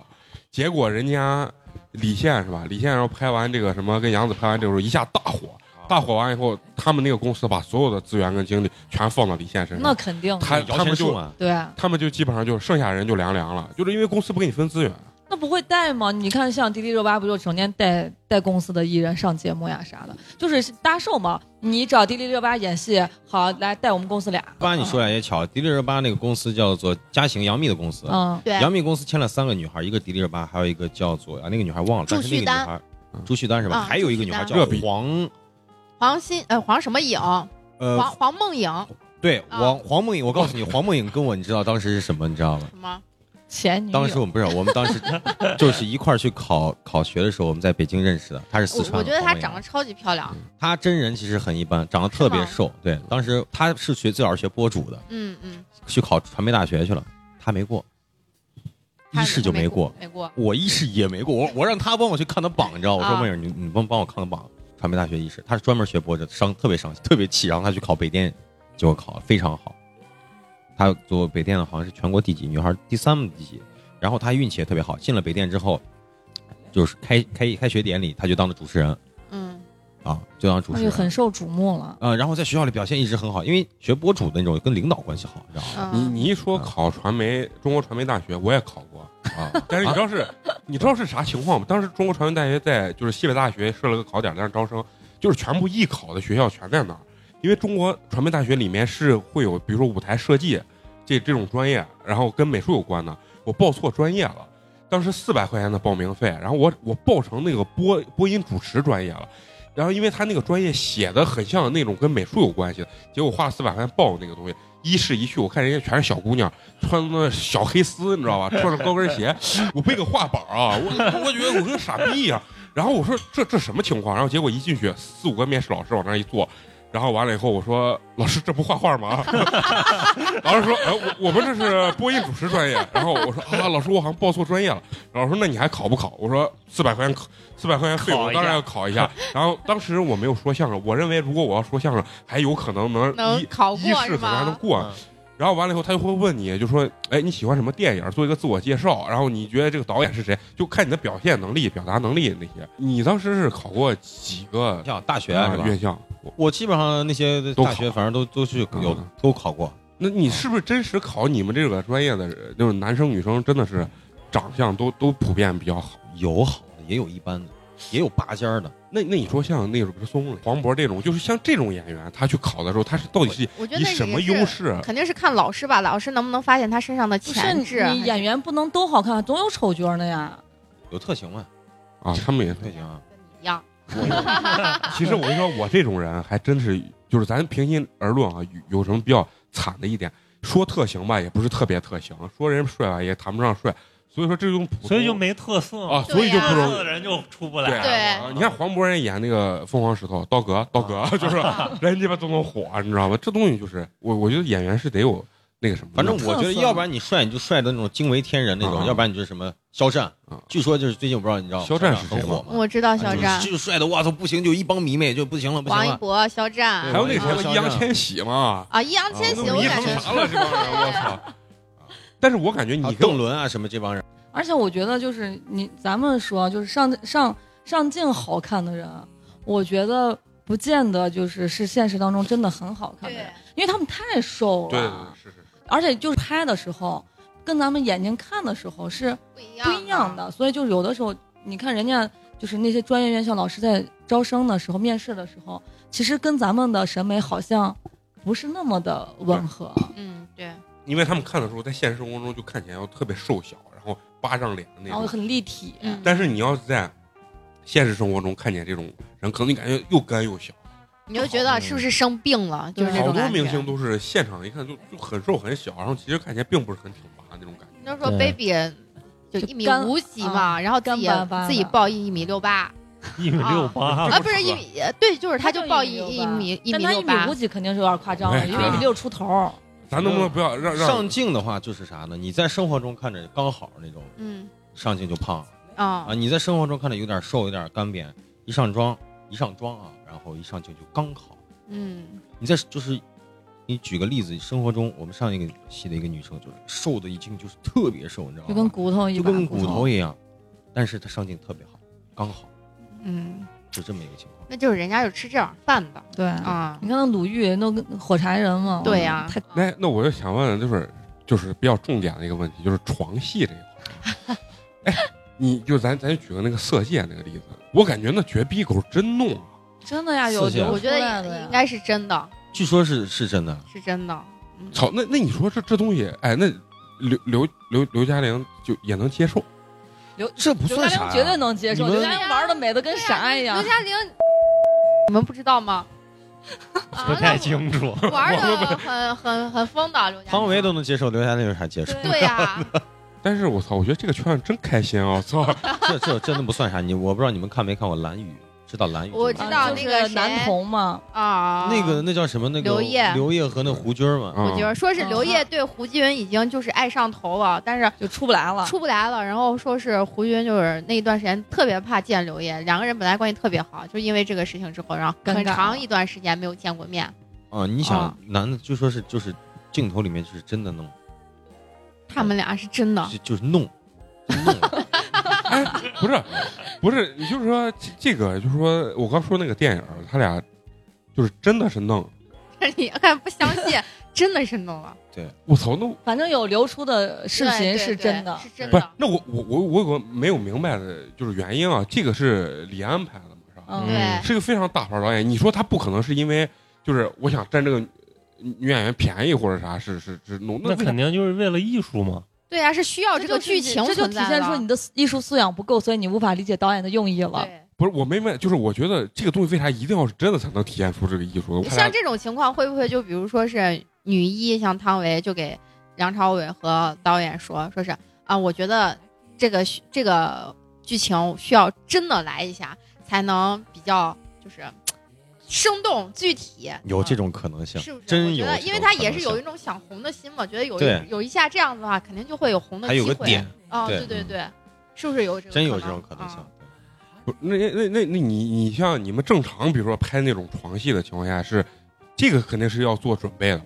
结果人家李现是吧？李现然后拍完这个什么跟杨紫拍完这个时候一下大火，
啊
大火完以后，他们那个公司把所有的资源跟精力全放到李现身
那
上，
肯定的
他
摇
他
钱
们
树
就
啊，
对，
他们就基本上就剩下人就凉凉了，就是因为公司不给你分资源。
啊
那不会带吗？你看像迪丽热巴不就整天带带公司的艺人上节目呀啥的，就是搭售嘛。你找迪丽热巴演戏，好来带我们公司俩。
不然你说来也巧，迪丽热巴那个公司叫做嘉行杨幂的公司，
嗯，
哦对
杨幂公司签了三个女孩，一个迪丽热巴，还有一个叫做啊那个女孩忘了，
祝
但是那个女
绪丹
孩朱旭丹是吧？
啊
还有一个女孩
祝
旭
叫
丹嗯热比
黄
黄心呃黄什么颖，黄
呃，
黄梦颖
对
啊
黄黄梦颖，我告诉你，黄梦颖跟我你知道当时是什么，你知道吗？
什么
前女友。
当时我们不是，我们当
[laughs]
时就是一块儿去考考学的时候，我们在北京认识的，她是四
我
川的。
我觉得她
黄梦颖
长得超级漂亮，
她真人其实很一般，长得特别
是吗
瘦。对，当时她是学最早是学播主的，
嗯嗯，
去考传媒大学去了，她没过，
她嗯
一试就
没
没过，
没过，
我一试也没过，我我让她帮我去看她榜，你知道吗？我说
啊
妹儿，你你帮帮我看看榜，传媒大学一试，她是专门学播的，伤特别伤心，特别气，然后她去考北电，结果考得非常好，她做北电的好像是全国第几，女孩第三第几，然后她运气也特别好，进了北电之后，就是开开开学典礼，她就当了主持人
嗯
啊，就当主
那
持
就
人，
哎很受瞩目了。
呃，然后在学校里表现一直很好，因为学博主的那种跟领导关系好，你知道吗？
你
嗯，
你一说考传媒，中国传媒大学我也考过，
啊，
[laughs] 但是你知道是，你知道是啥情况吗？当时中国传媒大学在就是西北大学设了个考点，但是招生就是全部艺考的学校全在那儿，因为中国传媒大学里面是会有比如说舞台设计这这种专业，然后跟美术有关的，我报错专业了。当时四百块钱的报名费，然后我我报成那个播播音主持专业了，然后因为他那个专业写的很像那种跟美术有关系的，结果花了四百块钱报那个东西，一试一去，我看人家全是小姑娘，穿那小黑丝，你知道吧？穿着高跟鞋，我背个画板啊，我我觉得我跟傻逼一样。然后我说这这什么情况？然后结果一进去，四五个面试老师往那儿一坐，然后完了以后我说老师这不画画吗？ [laughs] 老师说呃我我们这是播音主持专业。然后我说啊老师我好像报错专业了。老师说那你还考不考？我说四百块钱考四百块钱费
考
我
一
当然
下
要考一下。然后当时我没有说相声，我认为如果我要说相声，还有可能能
能
一
考
一
过
试
是
可能还能
吗？
过。
嗯
然后完了以后，他就会问你，就说，哎，你喜欢什么电影？做一个自我介绍，然后你觉得这个导演是谁？就看你的表现能力、表达能力那些。你当时是考过几个
像大学啊
啊
是吧？
院校？我
我基本上那些
都
大学
考
反正都都去有
嗯
都考过，
那你是不是真实考你们这个专业的人？就是男生女生真的是长相都都普遍比较好。
有好的也有一般的，也有拔尖儿的。
那那你说像那个什么松磊、黄渤这种，就是像这种演员，他去考的时候，他是到底是
我觉得
以
那
什么
也是
优势？啊
肯定是看老师吧，老师能不能发现他身上的
不是
潜质？啊
你演员不能都好看，总有丑角的呀。
有特型嘛？
啊，他们也是
特型啊，
跟你一样，
其实我跟你说，我这种人还真是，就是咱平心而论啊，有有什么比较惨的一点，说特型吧，也不是特别特型；说人帅吧，也谈不上帅。所以说这种普通，
所以就没特色嘛
啊，所以就不
特
容
色
易。
的人就出不
对啊
来。
对
你看黄渤人演那个《凤凰石头》，刀哥，刀哥就是
[laughs]
人鸡巴都能火，你知道吗？这东西就是我，我觉得演员是得有那个什么的，
反正我觉
特
得，
色
要不然你帅你就帅的那种惊为天人那种，
啊
要不然你就是什么肖战
啊。
据说就是最近我不知道你知道吗
肖战是
很
谁
火
吗
嘛？
我知道
啊
肖
就是
战、
就是帅的，哇操，不行，就一帮迷妹就不行了，不行
王一
了。
博、肖战
还有那
对
什么
肖
易烊
战
千玺嘛，
啊，易烊千玺，
都
我
迷
感
成
觉
啥了？这帮人，我操！
[laughs]
但是我感觉
还
你
有
跟
邓伦啊什么这帮人，
而且我觉得就是你咱们说就是上上上镜好看的人，啊我觉得不见得就是是现实当中真的很好看的人
对，
因为他们太瘦了，
对对
啊
对，是是。
而且就是拍的时候跟咱们眼睛看的时候是
不一
不一样
的。
的，所以就是有的时候你看人家就是那些专业院校老师在招生的时候、面试的时候，其实跟咱们的审美好像不是那么的吻合。
嗯，对，
因为他们看的时候，在现实生活中就看起来要特别瘦小，然后巴掌脸的那
然后
种。
很立体，
嗯
但是你要是在现实生活中看见这种人，可能你感觉又干又小，
你就觉得是不是生病了，就是这
好
种
多
感
明星
觉。
都是现场一看就就很瘦很小，然后其实看起来并不是很挺拔那种感觉。
那时候
对
baby 就
就
一米
干
五几嘛，然后自己
干巴巴的
自己报一米六八
一米六八，
啊，不是一米，呃对，就是他
就
就报
一
一
米
一米一
但
米
他
六
一米
八
五，几肯定是有点夸张
我
[laughs]
了，
也觉
因为
得
一米六出头，
咱能不能不要让让
上镜的话就是啥呢？你在生活中看着刚好那种
嗯
上镜就胖了
啊
啊，，你在生活中看着有点瘦，有点干瘪，一上妆一上妆啊，然后一上镜就刚好。
嗯
你在就是，你举个例子，生活中我们上一个戏的一个女生就是瘦的已经就是特别瘦，你知道吗？
就跟骨头一
就
般，
跟骨头一样，但是她上镜特别好，刚好
嗯，
就这么一个情况。
那就是人家就吃这碗饭的
对
啊，
你看那鲁豫那个火柴人嘛，
对呀
太
那哎那我就想问，就是就是比较重点的一个问题，就是床戏这一块儿。哎，你就咱咱举个那个色戒那个例子，我感觉那绝逼狗真弄啊！
真的呀，有
四姐
流
我觉得
出来的
也
呀
应该是真的，
据说是是真的，
是真的。嗯
操，那那你说这这东西，哎，那刘刘刘刘嘉玲就也能接受，
这不
刘嘉
算啥、
玲
呀。
绝对能接受，
你们
刘嘉玲玩的美的跟啥一样
刘。嘉玲，你们不知道吗？
不太清楚。
啊，玩的很很很疯的刘嘉玲。
汤唯都能接受，刘嘉玲有啥接受？
对呀，
但是我操，我觉得这个圈儿真开心啊！操，
这这真的不算啥。你我不知道你们看没看过《蓝雨》，知道《蓝雨》这个
我
吗
知道
啊就
那个
是
谁
男童嘛，
啊，
那个那叫什么？那个
刘烨
刘烨和那胡军儿嘛。
嗯
我觉得说是刘烨对胡姬云已经就是爱上头了，但是
就出不来了。
出不来了。然后说是胡姬云就是那一段时间特别怕见刘烨，两个人本来关系特别好，就因为这个事情之后，然后
尴
很
尬
长一段时间没有见过面。
啊，你
啊
想男的就说是就是镜头里面就是真的弄，
他们俩是真的
就就是弄，就弄
不是不是，你就是说这这个，就是说我刚说那个电影儿，他俩就是真的是弄，
[laughs] 你还不相信，真的是弄了
我操，那
反正有流出的视
对
频
对对
是真的，
是真
不是
的，。
那我我我我有个没有明白的就是原因啊，这个是李安拍的嘛，是吧？
嗯，
对，
是一个非常大牌导演，你说他不可能是因为就是我想占这个女女演员便宜或者啥，是是是弄
那肯定就是为了艺术嘛。
对啊呀、是需要
这
这
就
个
是你
剧情
这就
存
体
在的。啊
现出你的艺术素养不够，所以你无法理解导演的用意了。
对
不是我没问，就是我觉得这个东西为啥一定要是真的才能体现出这个艺术？我看
像这种情况，会不会就比如说是女一，像汤唯就给梁朝伟和导演说，说是啊，我觉得这个需这个剧情需要真的来一下，才能比较就是生动具体。
有这
嗯。
种可能性，
是不是？
真
我觉
有这种可能
得，
性。
因为他也是有一种想红的心嘛，觉得有
对
一有一下这样子的话，肯定就会有红的
还
机
有
会。
个点，
啊，
对嗯
对对对，是不是有这个？
真有这种可能性
啊。
不是那那那那你你像你们正常，比如说拍那种床戏的情况下是，这个肯定是要做准备的嘛。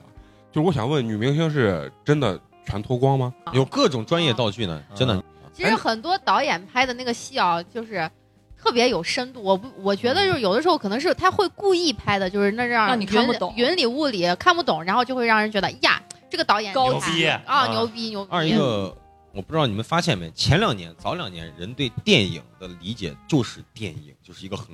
就是我想问，女明星是真的全脱光吗？
啊
有各种专业道具呢，真
嗯
的。
其实很多导演拍的那个戏啊，就是特别有深度。我不，我觉得就是有的时候可能是他会故意拍的，就是那让
让你看不懂
云里雾里看不懂，然后就会让人觉得呀，这个导演
高
厉害
级
啊，
啊
牛逼牛逼。
二一个，我不知道你们发现没，前两年早两年人对电影的理解就是电影就是一个很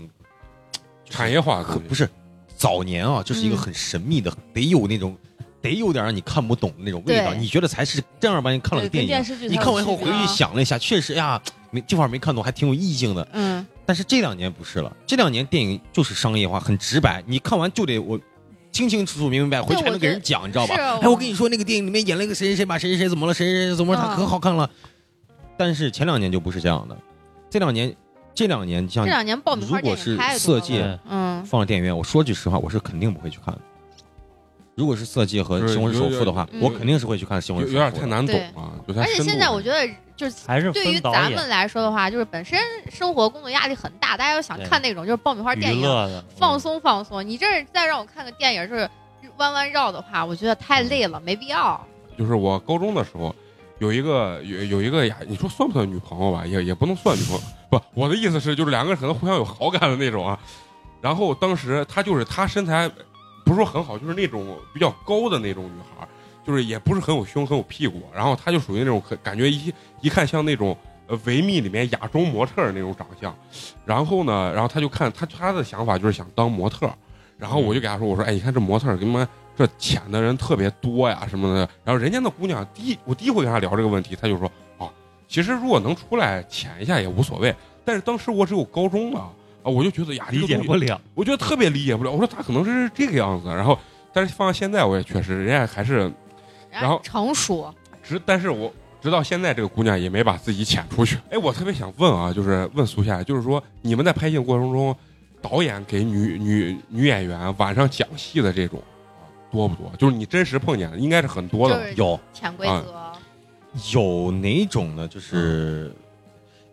产业化的
很
东西
不是早年啊，就是一
嗯
个很神秘的，得有那种得有点让你看不懂的那种味道，
对
你觉得才是正儿八经看了个
对，
电
跟电
影。
视剧啊
你
才有
看完以后
区
回
别
去想了一下，确实哎呀，没这块儿没看懂，还挺有意境的。
嗯，
但是这两年不是了，这两年电影就是商业化，很直白，你看完就得我清清楚楚、明明白白，回去还能给人讲，你知道吧？
是
哎，我跟你说，那个电影里面演了一个谁谁谁，把谁谁谁怎么了，谁谁谁怎么了，他
嗯
可好看了。但是前两年就不是这样的，这两年，这两年像
这两年爆米花
如果
电
是
影太多
色
了。
戒
对
嗯，
放到电影院，我说句实话，我是肯定不会去看的。如果是色戒和《新婚首富》的话
就，是有
我肯定是会去看《新
有
婚
有
首富》
点
的。
太难懂了、有点
而且现在我觉得就是。
还是
对于
分导
咱
演
们来说的话，就是本身生活工作压力很大，大家又想
对
看那种就是爆米花电
娱
影，啊
乐的嗯
嗯
放。松放松。你这再让我看个电影，就是弯弯绕的话，我觉得太
嗯
累了，没必要。
就是我高中的时候，有一个有有一个呀，你说算不算女朋友吧？也也不能算女朋友，不，我的意思是就是两个人可能互相有好感的那种啊。然后当时她就是她身材不是说很好，就是那种比较高的那种女孩儿，就是也不是很有胸很有屁股，然后她就属于那种可感觉一一看像那种。呃，维密里面亚洲模特儿那种长相，然后呢，然后她就看她她的想法就是想当模特儿，然后我就给她说，我说，哎，你看这模特儿跟妈这潜的人特别多呀什么的。然后人家那姑娘第一，我第一回跟她聊这个问题，她就说啊，其实如果能出来潜一下也无所谓。但是当时我只有高中了啊，啊，我就觉得呀，这个
理解
东西
不了。
我觉得特别理解不了。我说咋可能是这个样子？然后，但是放到现在，我也确实，人家还是然后
成熟，
直，但是我直到现在，这个姑娘也没把自己遣出去。哎，我特别想问啊，就是问苏夏，就是说你们在拍戏的过程中，导演给女女女演员晚上讲戏的这种啊多不多？就是你真实碰见的，应该是很多的吧。
就是
有
潜规
啊
则，
有哪种呢？就是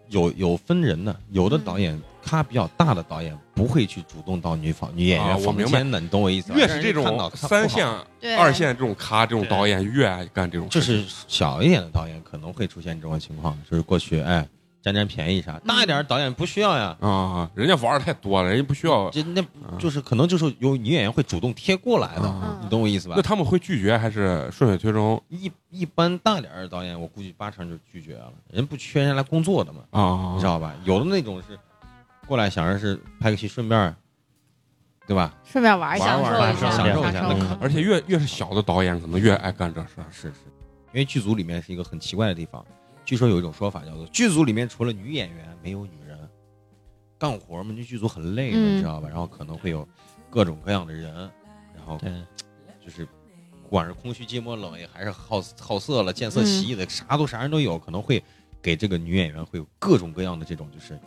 有有分人的，有的
嗯
导演咖比较大的导演不会去主动到女房女演
啊
员
我
房
明白
间的，你懂我意思吧？
越
让
是
人
这
看到
种
看不
三
好
线、
对，
二线这种咖，这种导演越爱干这种事
就
情，
是小一点的导演可能会出现这种情况，就是过去哎占占便宜啥，
嗯
大一点的导演不需要呀，
啊，人家玩的太多了，人家不需要。啊
就那就是可能就是有女演员会主动贴过来的，
啊
你懂我意思吧
那？他们会拒绝还是顺水推舟
一一般大点儿的导演，我估计八成就拒绝了，人不缺人来工作的嘛，
啊
你知？道吧？有的那种是过来想着是拍个戏，顺便儿，对吧？
顺便玩一下，
玩玩
玩
享
享
受一下
享
那
受
可
而且越越是小的导演，可能越爱干这事儿。
是是，因为剧组里面是一个很奇怪的地方。据说有一种说法叫做剧组里面除了女演员没有女人，干活嘛，这剧组很累的，
嗯
你知道吧？然后可能会有各种各样的人，然后
对，
就是不管是空虚、寂寞、冷，也还是好好色了、见色起意的，啥都啥人都有，可能会给这个女演员会有各种各样的这种就是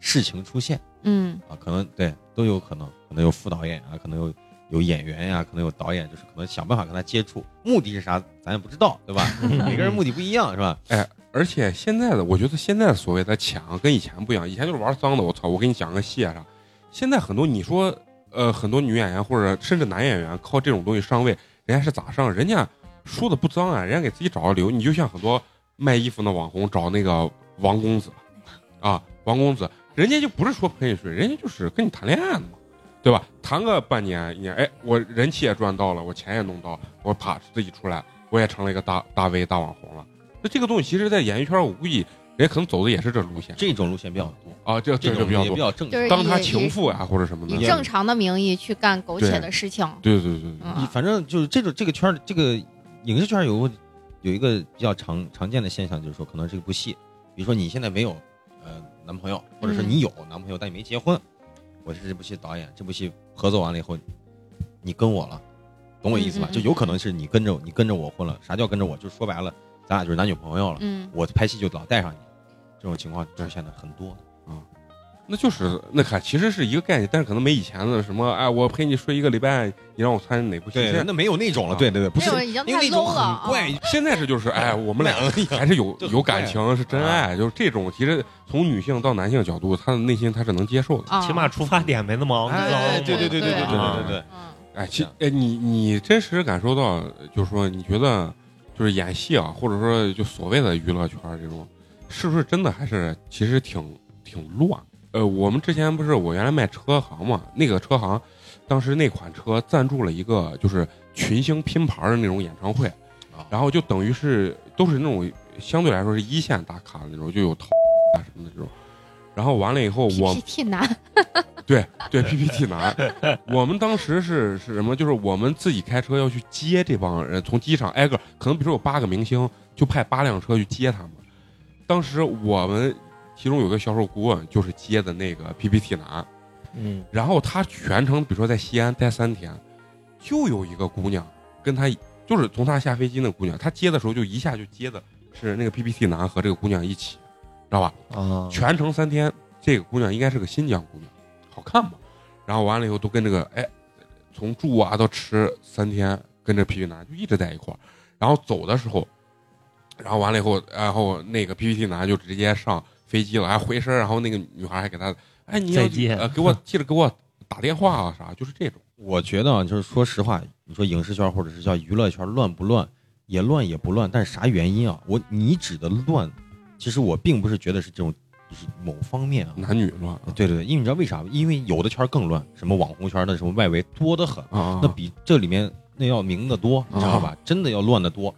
事情出现
嗯，
啊，可能对都有可能，可能有副导演啊，可能有有演员呀、可能有导演，就是可能想办法跟他接触，目的是啥咱也不知道，
[laughs]
对吧？每个人目的不一样，是吧？
而且现在的，我觉得现在的所谓的抢跟以前不一样，以前就是玩脏的，我操，我给你讲个戏啊啥。现在很多你说，呃，很多女演员或者甚至男演员靠这种东西上位，人家是咋上？人家说的不脏啊，人家给自己找个理由。你就像很多卖衣服的网红找那个王公子，啊，王公子，人家就不是说陪你睡，人家就是啊跟你谈恋爱的嘛，对吧？谈个半年一年，哎，我人气也赚到了，我钱也弄到，我啪自己出来，我也成了一个大大 V 大网红了。那这个东西其实，在演艺圈，我估计人家可能走的也是这路线
这种路线比较多，
啊，这这
这
就
种
比较
也比
多。
较正
就
常。
是
当他
以
情妇啊，或者什么的，
以正常的名义去干苟且的事情，
对对对对，
嗯，
反正就是这种这个圈儿，这个影视圈儿有个有一个比较常常见的现象，就是说可能这部戏，比如说你现在没有呃男朋友，或者是
嗯
你有男朋友但你没结婚，我是这部戏导演，这部戏合作完了以后，你跟我了，懂我意思吧？
嗯嗯嗯
就有可能是你跟着我你跟着我混了，啥叫跟着我？就说白了，咱俩就是男女朋友了，
嗯，
我拍戏就老带上你，这种情况出现的很多。
那就是那看，其实是一个概念，但是可能没以前的什么，哎，我陪你睡一个礼拜，你让我参与哪部戏？现在
那没有那种了，
啊
对对对，不
那
是
种已经
因为
太
那种
low 了啊
很怪，
现在这就是，
[laughs]
哎，我们俩
买了一样
还是有
就很
有感情，是真
啊
爱，就是这种。其实从女性到男性角度，他的内心他是能接受的。
啊，
起码出发点没那么肮
哎，
脏。
对对对对对对对
啊
对对。
嗯，
哎，其哎，你你真实感受到，就是说，你觉得就是演戏啊，或者说就所谓的娱乐圈儿这种，是不是真的还是其实挺挺乱？呃，我们之前不是我原来卖车行嘛，那个车行当时那款车赞助了一个就是群星拼盘儿的那种演唱会
啊，
然后就等于是都是那种相对来说是一线大咖的那种，就有陶啊什么的这种。然后完了以后，我
PPT 男，
对对 PPT 男，我们当时是是什么？就是我们自己开车要去接这帮人，从机场挨个，可能比如说有八个明星，就派八辆车去接他们。当时我们其中有个销售顾问就是接的那个 PPT 男，
嗯，
然后他全程比如说在西安待三天，就有一个姑娘跟他就是从他下飞机那个姑娘，他接的时候就一下就接的是那个 PPT 男和这个姑娘一起，知道吧？
啊，
全程三天，这个姑娘应该是个新疆姑娘，好看嘛。然后完了以后都跟这个哎，从住啊到吃三天，跟这皮皮男就一直在一块儿。然后走的时候，然后完了以后，然后那个 PPT 男就直接上飞机了，还回身，然后那个女孩还给他，哎，你要
再见
呃，给我记得给我打电话啊啥，就是这种。
我觉得啊，就是说实话，你说影视圈或者是叫娱乐圈乱不乱，也乱也不乱，但是啥原因啊？我你指的乱，其实我并不是觉得是这种，就是某方面啊。
男女乱啊
对对对，因为你知道为啥吗？因为有的圈更乱，什么网红圈的，什么外围多得很，
啊，
那比这里面那要明的
啊
多，你知道吧？真的要乱得多。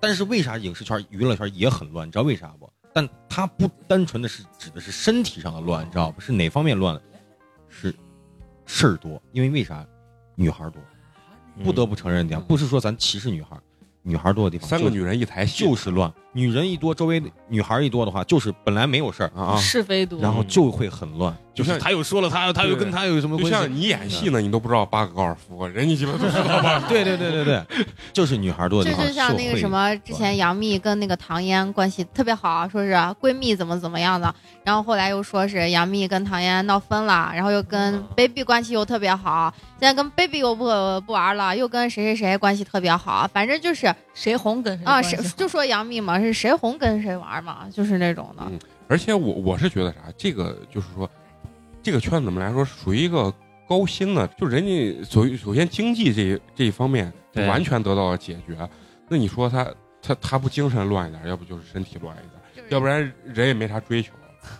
但是为啥影视圈、娱乐圈也很乱？你知道为啥不？但它不单纯的是指的是身体上的乱，你知道吧？是哪方面乱？是事儿多，因为为啥？女孩儿多。
嗯
不得不承认一点，不是说咱歧视女孩儿，女孩儿多的地方
三个
就
女人一台戏
就是乱，女人一多，周围女孩一多的话，就是本来没有事儿啊啊，
是非多。
然后就会很乱。
嗯就像
他又说了他，他又跟他有什么
就
关
像
系？
你演戏呢，你都不知道八个高尔夫，啊人家鸡巴都知道吧？
对对对对对，
[laughs]
就是女孩多的
这
地方，
就像那个什么，之前杨幂跟那个唐嫣关系特别好，啊说是闺蜜怎么怎么样的，然后后来又说是杨幂跟唐嫣闹分了，然后又跟
嗯
baby 关系又特别好，现在跟 baby 又不不玩了，又跟谁谁谁关系特别好，反正就是
谁红跟谁
啊，
关系
谁就说杨幂嘛，是谁红跟谁玩嘛，就是那种的。
嗯而且我我是觉得啥，这个就是说，这个圈子们来说属于一个高薪的，就人家首首先经济这一这一方面就
对
完全得到了解决。那你说他他他不精神乱一点，要不就是身体乱一点，
就是
要不然人也没啥追求。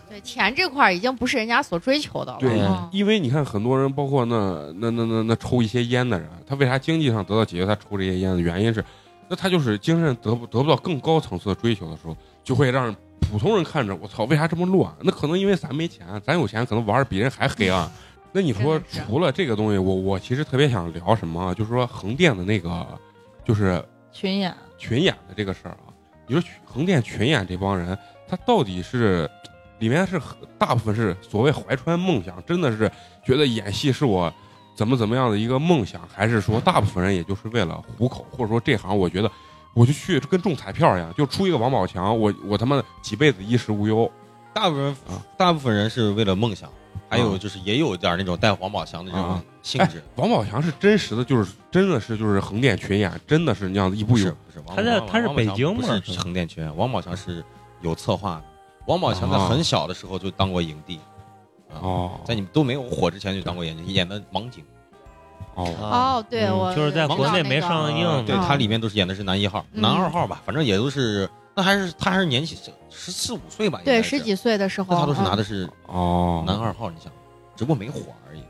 对钱这块儿已经不是人家所追求的了。
啊
对
哦
嗯
因为你看很多人，包括那那那那那抽一些烟的人，他为啥经济上得到解决？他抽这些烟的原因是，那他就是精神得不得不到更高层次的追求的时候，就会让普通人看着我操，为啥这么乱？那可能因为咱没钱，咱有钱可能玩的比人还黑暗。那你说
真的是
除了这个东西，我我其实特别想聊什么啊，就是说横店的那个，就是
群演
群演的这个事儿啊，你说群横店群演这帮人，他到底是里面是很大部分是所谓怀揣梦想，真的是觉得演戏是我怎么怎么样的一个梦想，还是说大部分人也就是为了糊口，或者说这行我觉得我就去跟中彩票一样，就出一个王宝强，我我他妈的几辈子衣食无忧，
大部分
啊
大部分人是为了梦想，还有就是也有点那种带王宝强的这种
啊
性质。
王宝强是真实的，就是真的是就是横店群演，真的是那样子一步
[laughs] 不
一
是
步。
不是，王
他在
王
他是
王宝强
北京
不
吗
是横店区，王宝强是有策划的。王宝强在
啊
很小的时候就当过影帝，啊
哦
在你们都没有火之前就当过影帝，演的盲井。
哦，
啊
哦，对，
嗯
我
就是在
知道
国内没
那
嗯
个
上映，
对他里面都是演的是男一号、
嗯
男二号吧，反正也都是，那还是他还是年纪小十四五岁吧，应
对
该
十
是，
几岁的时候，
那他都是拿
嗯
的是
哦，
男二号，你想，只不过没火而已。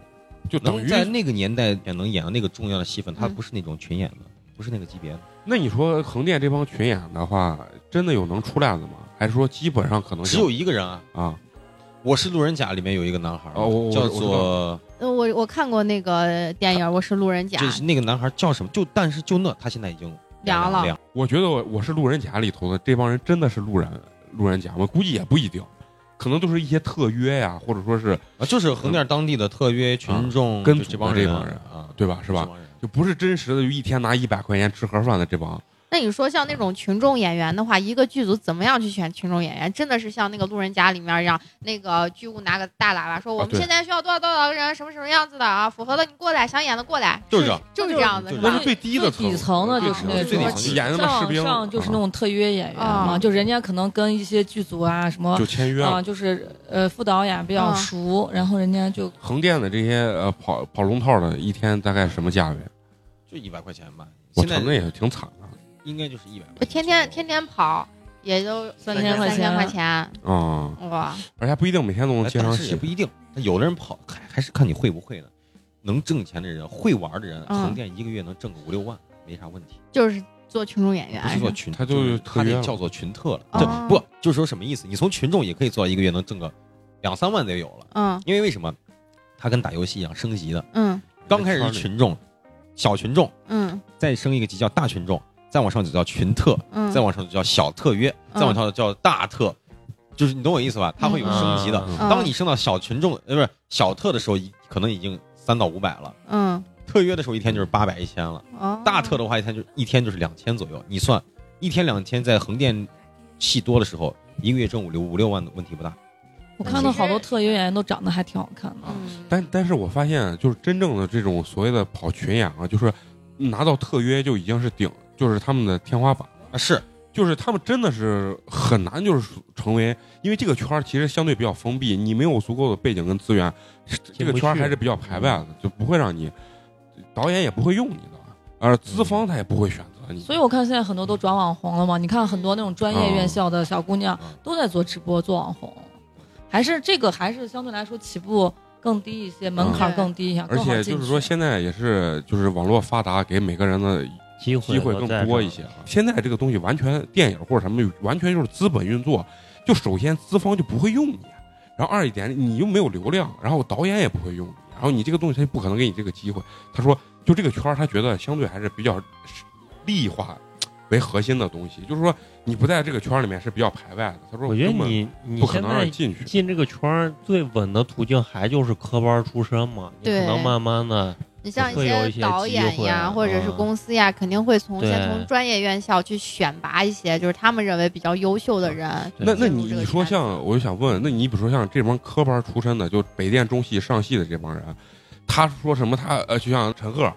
就等
能
于
在那个年代也能演到那个重要的戏份，他
嗯
不是那种群演的，不是那个级别的。
那你说横店这帮群演的话，真的有能出来的吗？还是说基本上可能
只有一个人啊，
啊？
《我是路人甲》里面有一个男孩儿，
哦我我
叫
我知
做
呃我我看过那个电影《我是路人甲
就》，是那个男孩儿叫什么？就但是就那他现在已经
凉了
凉
我觉得我我是路人甲里头的这帮人真的是路人路人甲吗，我估计也不一定，可能都是一些特约呀，或者说是
啊，就是横店当地的特约群众，
啊跟
就
组
这帮
的这
人
帮人
啊，
对吧？是
这
吧？
帮人？
就不是真实的，就一天拿一百块钱吃盒饭的这帮。
那你说像那种群众演员的话，一个剧组怎么样去选群众演员？真的是像那个《路人甲》里面一样，那个剧务拿个大喇
啊
叭说：“我们
对
现在需要多少多少个人，什么什么样子的啊，符合的你过来，想演的过来。”
就是这样
是就是这样子，
就是是
那
吧
是？最低的层，
啊最底层的就是
最底层最
种
那
底层演的
再
那士
往
兵
上就是那种特约演员
啊
嘛，就人家可能跟一些剧组啊什么
就签约
啊，
了。
就是呃副导演比较
啊
熟，然后人家就
横店的这些呃跑跑龙套的，一天大概什么价位？
就一百块钱吧。
我
现在
承认也挺惨的啊
应该就是一百块
我
钱。
天天天天跑，也就
三
也
千
就
块
三
钱
千块钱，
啊，
哇！
而且还不一定每天都能
哎
接
但
上
是也
戏
不。一定。那有的人跑，还还是看你会不会呢。能挣钱的人，会玩的人，
嗯
横店一个月能挣个五六万，没啥问题。
就是做群众演员
不是
是吧
做，群，
他就
就是
特啊
他
约
得
了
叫做群特了。
哎哦
这不就是说什么意思？你从群众也可以做到一个月能挣个两三万得有了，
嗯
因为为什么？他跟打游戏一样升级的，
嗯
刚开始是群众，小群众，
嗯
再升一个级叫大群众，再往上就叫群特，
嗯，
再往上就叫小特约，
嗯
再往上叫大特，就是你懂我意思吧？它会有升级的。
啊
嗯
嗯
当你升到小群众，呃，不是小特的时候，已可能已经三到五百了。
嗯
特约的时候一天就是八百一千了，
哦
大特的话一天就一天就是两千左右。你算一天两千，在横店戏多的时候，一个月挣五六五六万的问题不大。
我看到好多特约演员都长得还挺好看的，
嗯
但但是我发现，啊就是真正的这种所谓的跑群演啊，就是拿到特约就已经是顶，就是他们的天花板，
啊，是
就是他们真的是很难，就是成为，因为这个圈儿其实相对比较封闭，你没有足够的背景跟资源，这个圈儿还是比较排外的，就不会让你导演也不会用你的，而资方他也不会选择你。
所以我看现在很多都转网红了嘛。你看很多那种专业院校的小姑娘
嗯
都在做直播做网红，还是这个还是相对来说起步更低一些，门
嗯
槛更低一些，
而
更好
且
进
就
去
是说，现在也是就是网络发达，给每个人的
机会
机会更多一些。啊。现在这个东西完全电影或者什么，完全就是资本运作。就首先资方就不会用你，然后二一点你又没有流量，然后导演也不会用你，然后你这个东西他就不可能给你这个机会。他说，就这个圈儿，他觉得相对还是比较利益化，为核心的东西，就是说你不在这个圈儿里面是比较排外的。他说
我觉得
根本
你你
不可
现
能让
在
你进去，
进这个圈儿最稳的途径还就是科班出身嘛，你可
对
能慢慢的，
你像
会有一些
些导
机
演
会
呀，或者是
嗯
公司呀，肯定会从先
对
从专业院校去选拔一些，就是他们认为比较优秀的人
啊
进
那
入这个圈子。
那你你说像，我就想问，那你比如说像这帮科班出身的，就北电、中戏、上戏的这帮人，他说什么他呃，就像陈赫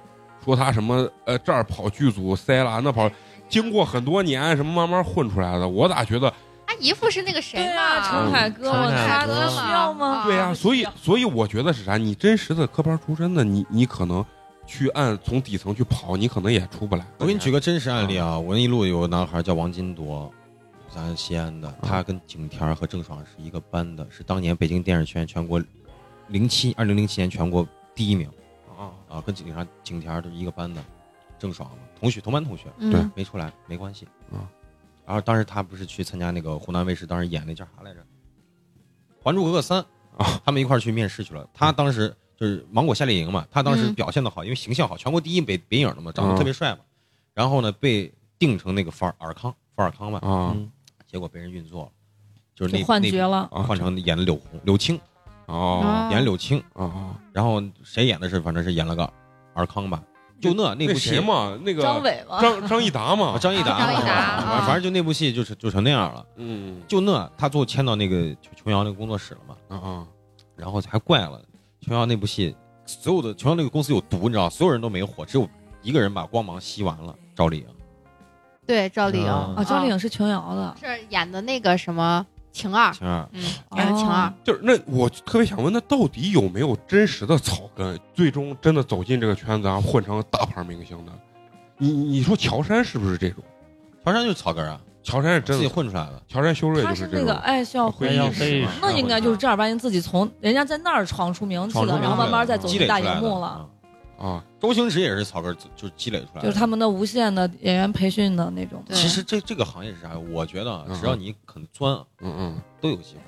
说他什么呃这儿跑剧组塞了，那跑，经过很多年什么慢慢混出来的，我咋觉得
他啊姨父是那个谁
对
嘛？
啊，陈凯歌嘛，
陈凯
他
歌
需要吗？
对呀、
啊
所以所以我觉得是啥？你真实的科班出身的，你你可能去按从底层去跑，你可能也出不来。
我给你举个真实案例啊，我那一路有个男孩叫王金铎，咱西安的，他跟景天儿和郑爽是一个班的，是当年北京电影圈全国零七二零零七年全国第一名
啊，
啊，跟景天儿景天儿都是一个班的，郑爽嘛，同学同班同学，
对
嗯，
没出来没关系
啊。
然后当时他不是去参加那个湖南卫视，当时演那叫啥来着，《还珠格格三》
啊，
他们一块儿去面试去了。他当时就是芒果夏令营嘛，他当时
嗯
表现的好，因为形象好，全国第一北北影的嘛，长
啊
得特别帅嘛。然后呢，被定成那个法尔尔康，法尔康嘛，
啊
嗯
结果被人运作了，就是那
就幻
那
觉了，
啊
换成演了柳红、柳青，
嗯
哦
演了柳青。
啊啊！
然后谁演的是，反正是演了个尔康吧，就那那
那
部戏
谁嘛，那个
张伟嘛，
张张益达嘛
啊，，张益达嘛，
张益达啊
反正就那部戏就是就成那样了。
嗯
就那他最后签到那个琼琼瑶那个工作室了嘛，
啊啊
然后还怪了琼瑶那部戏，所有的琼瑶那个公司有毒，你知道，所有人都没火，只有一个人把光芒吸完了，赵丽颖。
对赵丽颖哦
啊
啊，张丽颖是琼瑶的，
是演的那个什么晴儿，
晴儿，
嗯，演的晴儿
哦，
就是那我特别想问，那到底有没有真实的草根，最终真的走进这个圈子啊，混成大牌明星的？你你说乔杉是不是这种？
乔杉就是草根啊，
乔杉是
自
真
己
的，
混出来的。
乔杉修睿
他
就是是
那
这
个
种。
爱笑
会
会
议
议
室
室
嘛，
那应该就是正儿八经自己从人家在那儿闯出名气
闯出
了，
名
然后慢慢再走
积
进
累出
大
来的
荧幕了，。
嗯
啊，
周星驰也是草根，就就积累出来的。
就是他们的无限的演员培训的那种。
对
其实这这个行业是啥？我觉得啊
嗯
只要你肯钻啊，
嗯嗯，
都有机会。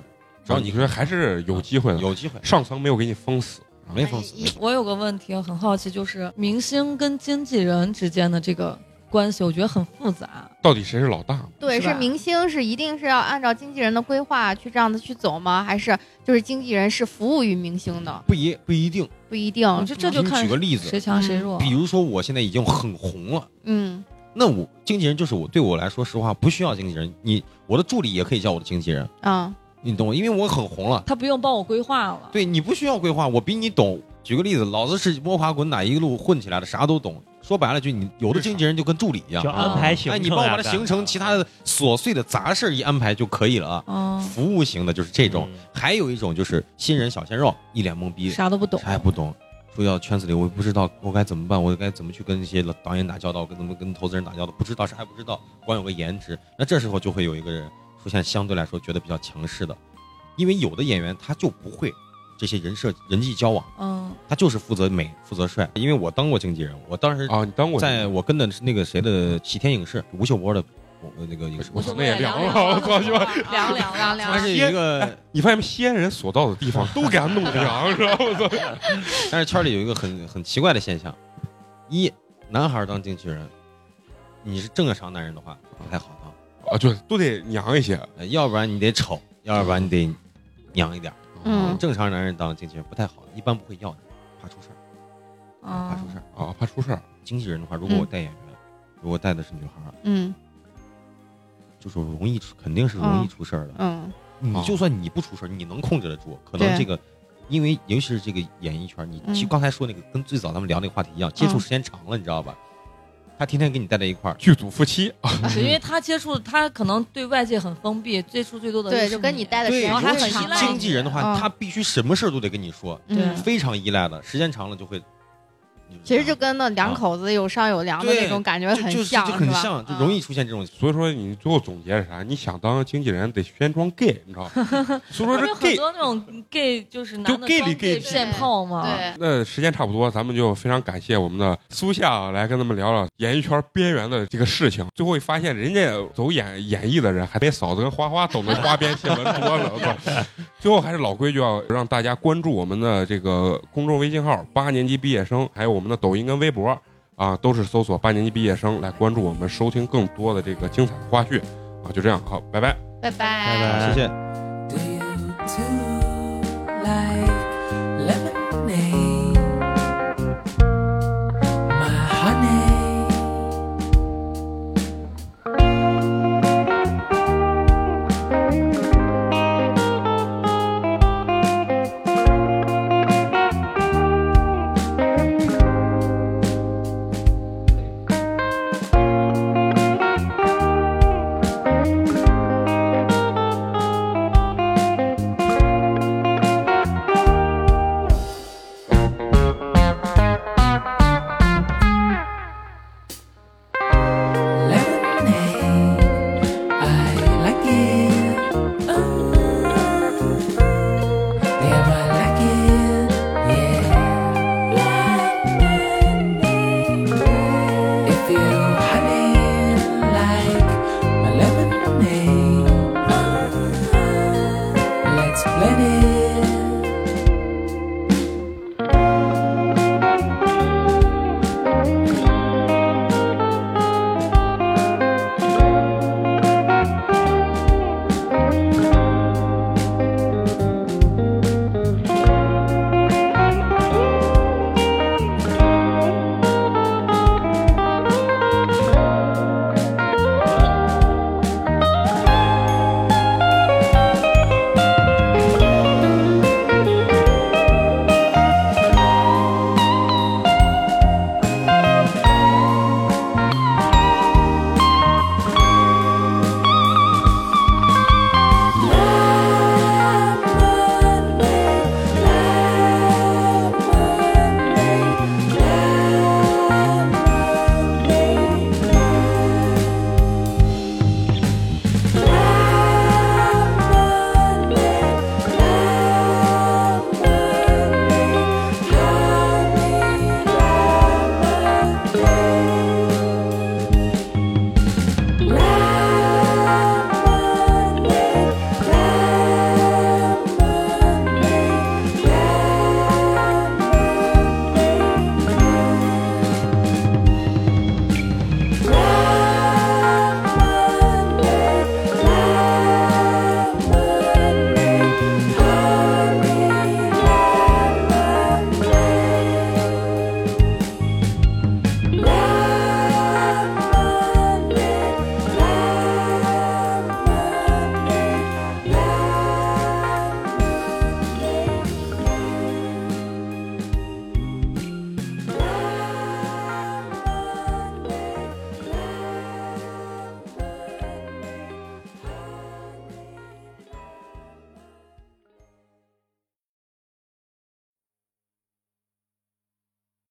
只
然
要
后你
你
觉得还是有机会的，
嗯有机会，
上层没有给你封死，啊
没封死。
哎
没封死
我有个问题很好奇，就是明星跟经纪人之间的这个关系，我觉得很复杂。
到底谁是老大？
对，是
是吧
明星是一定是要按照经纪人的规划去这样子去走吗？还是就是经纪人是服务于明星的？
不一不一定。
不一定，
你这这
给
就
你
看
举个例子，
谁强谁
嗯
弱。
比如说我现在已经很红了。
嗯
那我经纪人就是我对我来说，实话不需要经纪人，你我的助理也可以叫我的经纪人，
啊
你懂我，因为我很红了。
他不用帮我规划了，
对你不需要规划，我比你懂。举个例子，老子是摸爬滚打一路混起来的，啥都懂。说白了就你有的经纪人就跟助理一样
就，安排行程啊。
哎，你帮我把它
干
行程、其他的琐碎的杂事儿一安排就可以了啊。
嗯，
服务型的就是这
嗯
种，还有一种就是新人小鲜肉，一脸懵逼，
啥都不懂。
哎
啥也不懂。说到圈子里，我也不知道我该怎么办，我该怎么去跟一些导演打交道，我该怎么跟投资人打交道，不知道啥也不知道，光有个颜值。那这时候就会有一个人出现，相对来说觉得比较强势的，因为有的演员他就不会这些人设、人际交往，
嗯，
他就是负责美、负责帅。因为我当过经纪人，我当时
啊，你当过
在我跟的是那个谁的喜天影视吴秀波的我那个影视
我
公司，
操，那也凉了，我操！你 [laughs] 妈，
凉凉
凉凉
他是一个，
你发现没？西安人所到的地方都给他弄凉，知道吗？我操！
但是圈里有一个很很奇怪的现象：一，男孩当经纪人，你是正常男人的话不太好
[laughs]
当，
啊，就都得娘一些，
呃要不然你得丑，要不然你得娘一点儿。
嗯
正常男人当经纪人不太好，一般不会要你，怕出事儿，怕出
嗯
事儿。
啊，怕出事儿。
经纪人的话，如果我带演员，如果带的是女孩儿，
嗯
就是容易出，肯定是容易出事儿的。
嗯
你就算你不出事儿，你能控制得住，可能
对
这个。因为尤其是这个演艺圈，你
嗯
就刚才说那个跟最早咱们聊那个话题一样，接触
嗯
时间长了，你知道吧？他天天跟你待在一块儿，
剧组夫妻啊，
对，因为他接触他可能对外界很封闭，接触最多的
对，
是
就跟你待的时
对，
间
然后还
尤
很
其是
依赖
经
你
纪人的话，
嗯
他必须什么事儿都得跟你说，
对
嗯，
非常依赖的。时间长了就会，
其实就跟那两口子有商有量的
啊对
那种感觉
就就
像，
就很
是吧嗯
像，就容易。出现这种。
所以说你最后总结是啥？你想当经纪人得先装 gay，你知道吗？
[laughs]
所以说
不是
这
很
gay，
多那种 gay 就是男
就
的
gay
装
里 gay
被
气
骗炮嘛，
啊
对，
那时间差不多，咱们就非常感谢我们的苏夏啊来跟他们聊聊演艺圈边缘的这个事情。最后会发现，人家走演演艺的人，还比嫂子跟花花走的花边新闻多了。我操！最后还是老规矩啊，让大家关注我们的这个公众微信号“八年级毕业生”，还有我们的抖音跟微博。啊，都是搜索八年级毕业生来关注我们，收听更多的这个精彩的话絮啊，就这样，好，拜拜。
拜拜
谢
拜
谢。
Do you too like lemonade? My honey. Lemonade. I like it. Oh. Damn, I like it. Yeah. Lemonade. If you honey like my lemonade, let's blend it.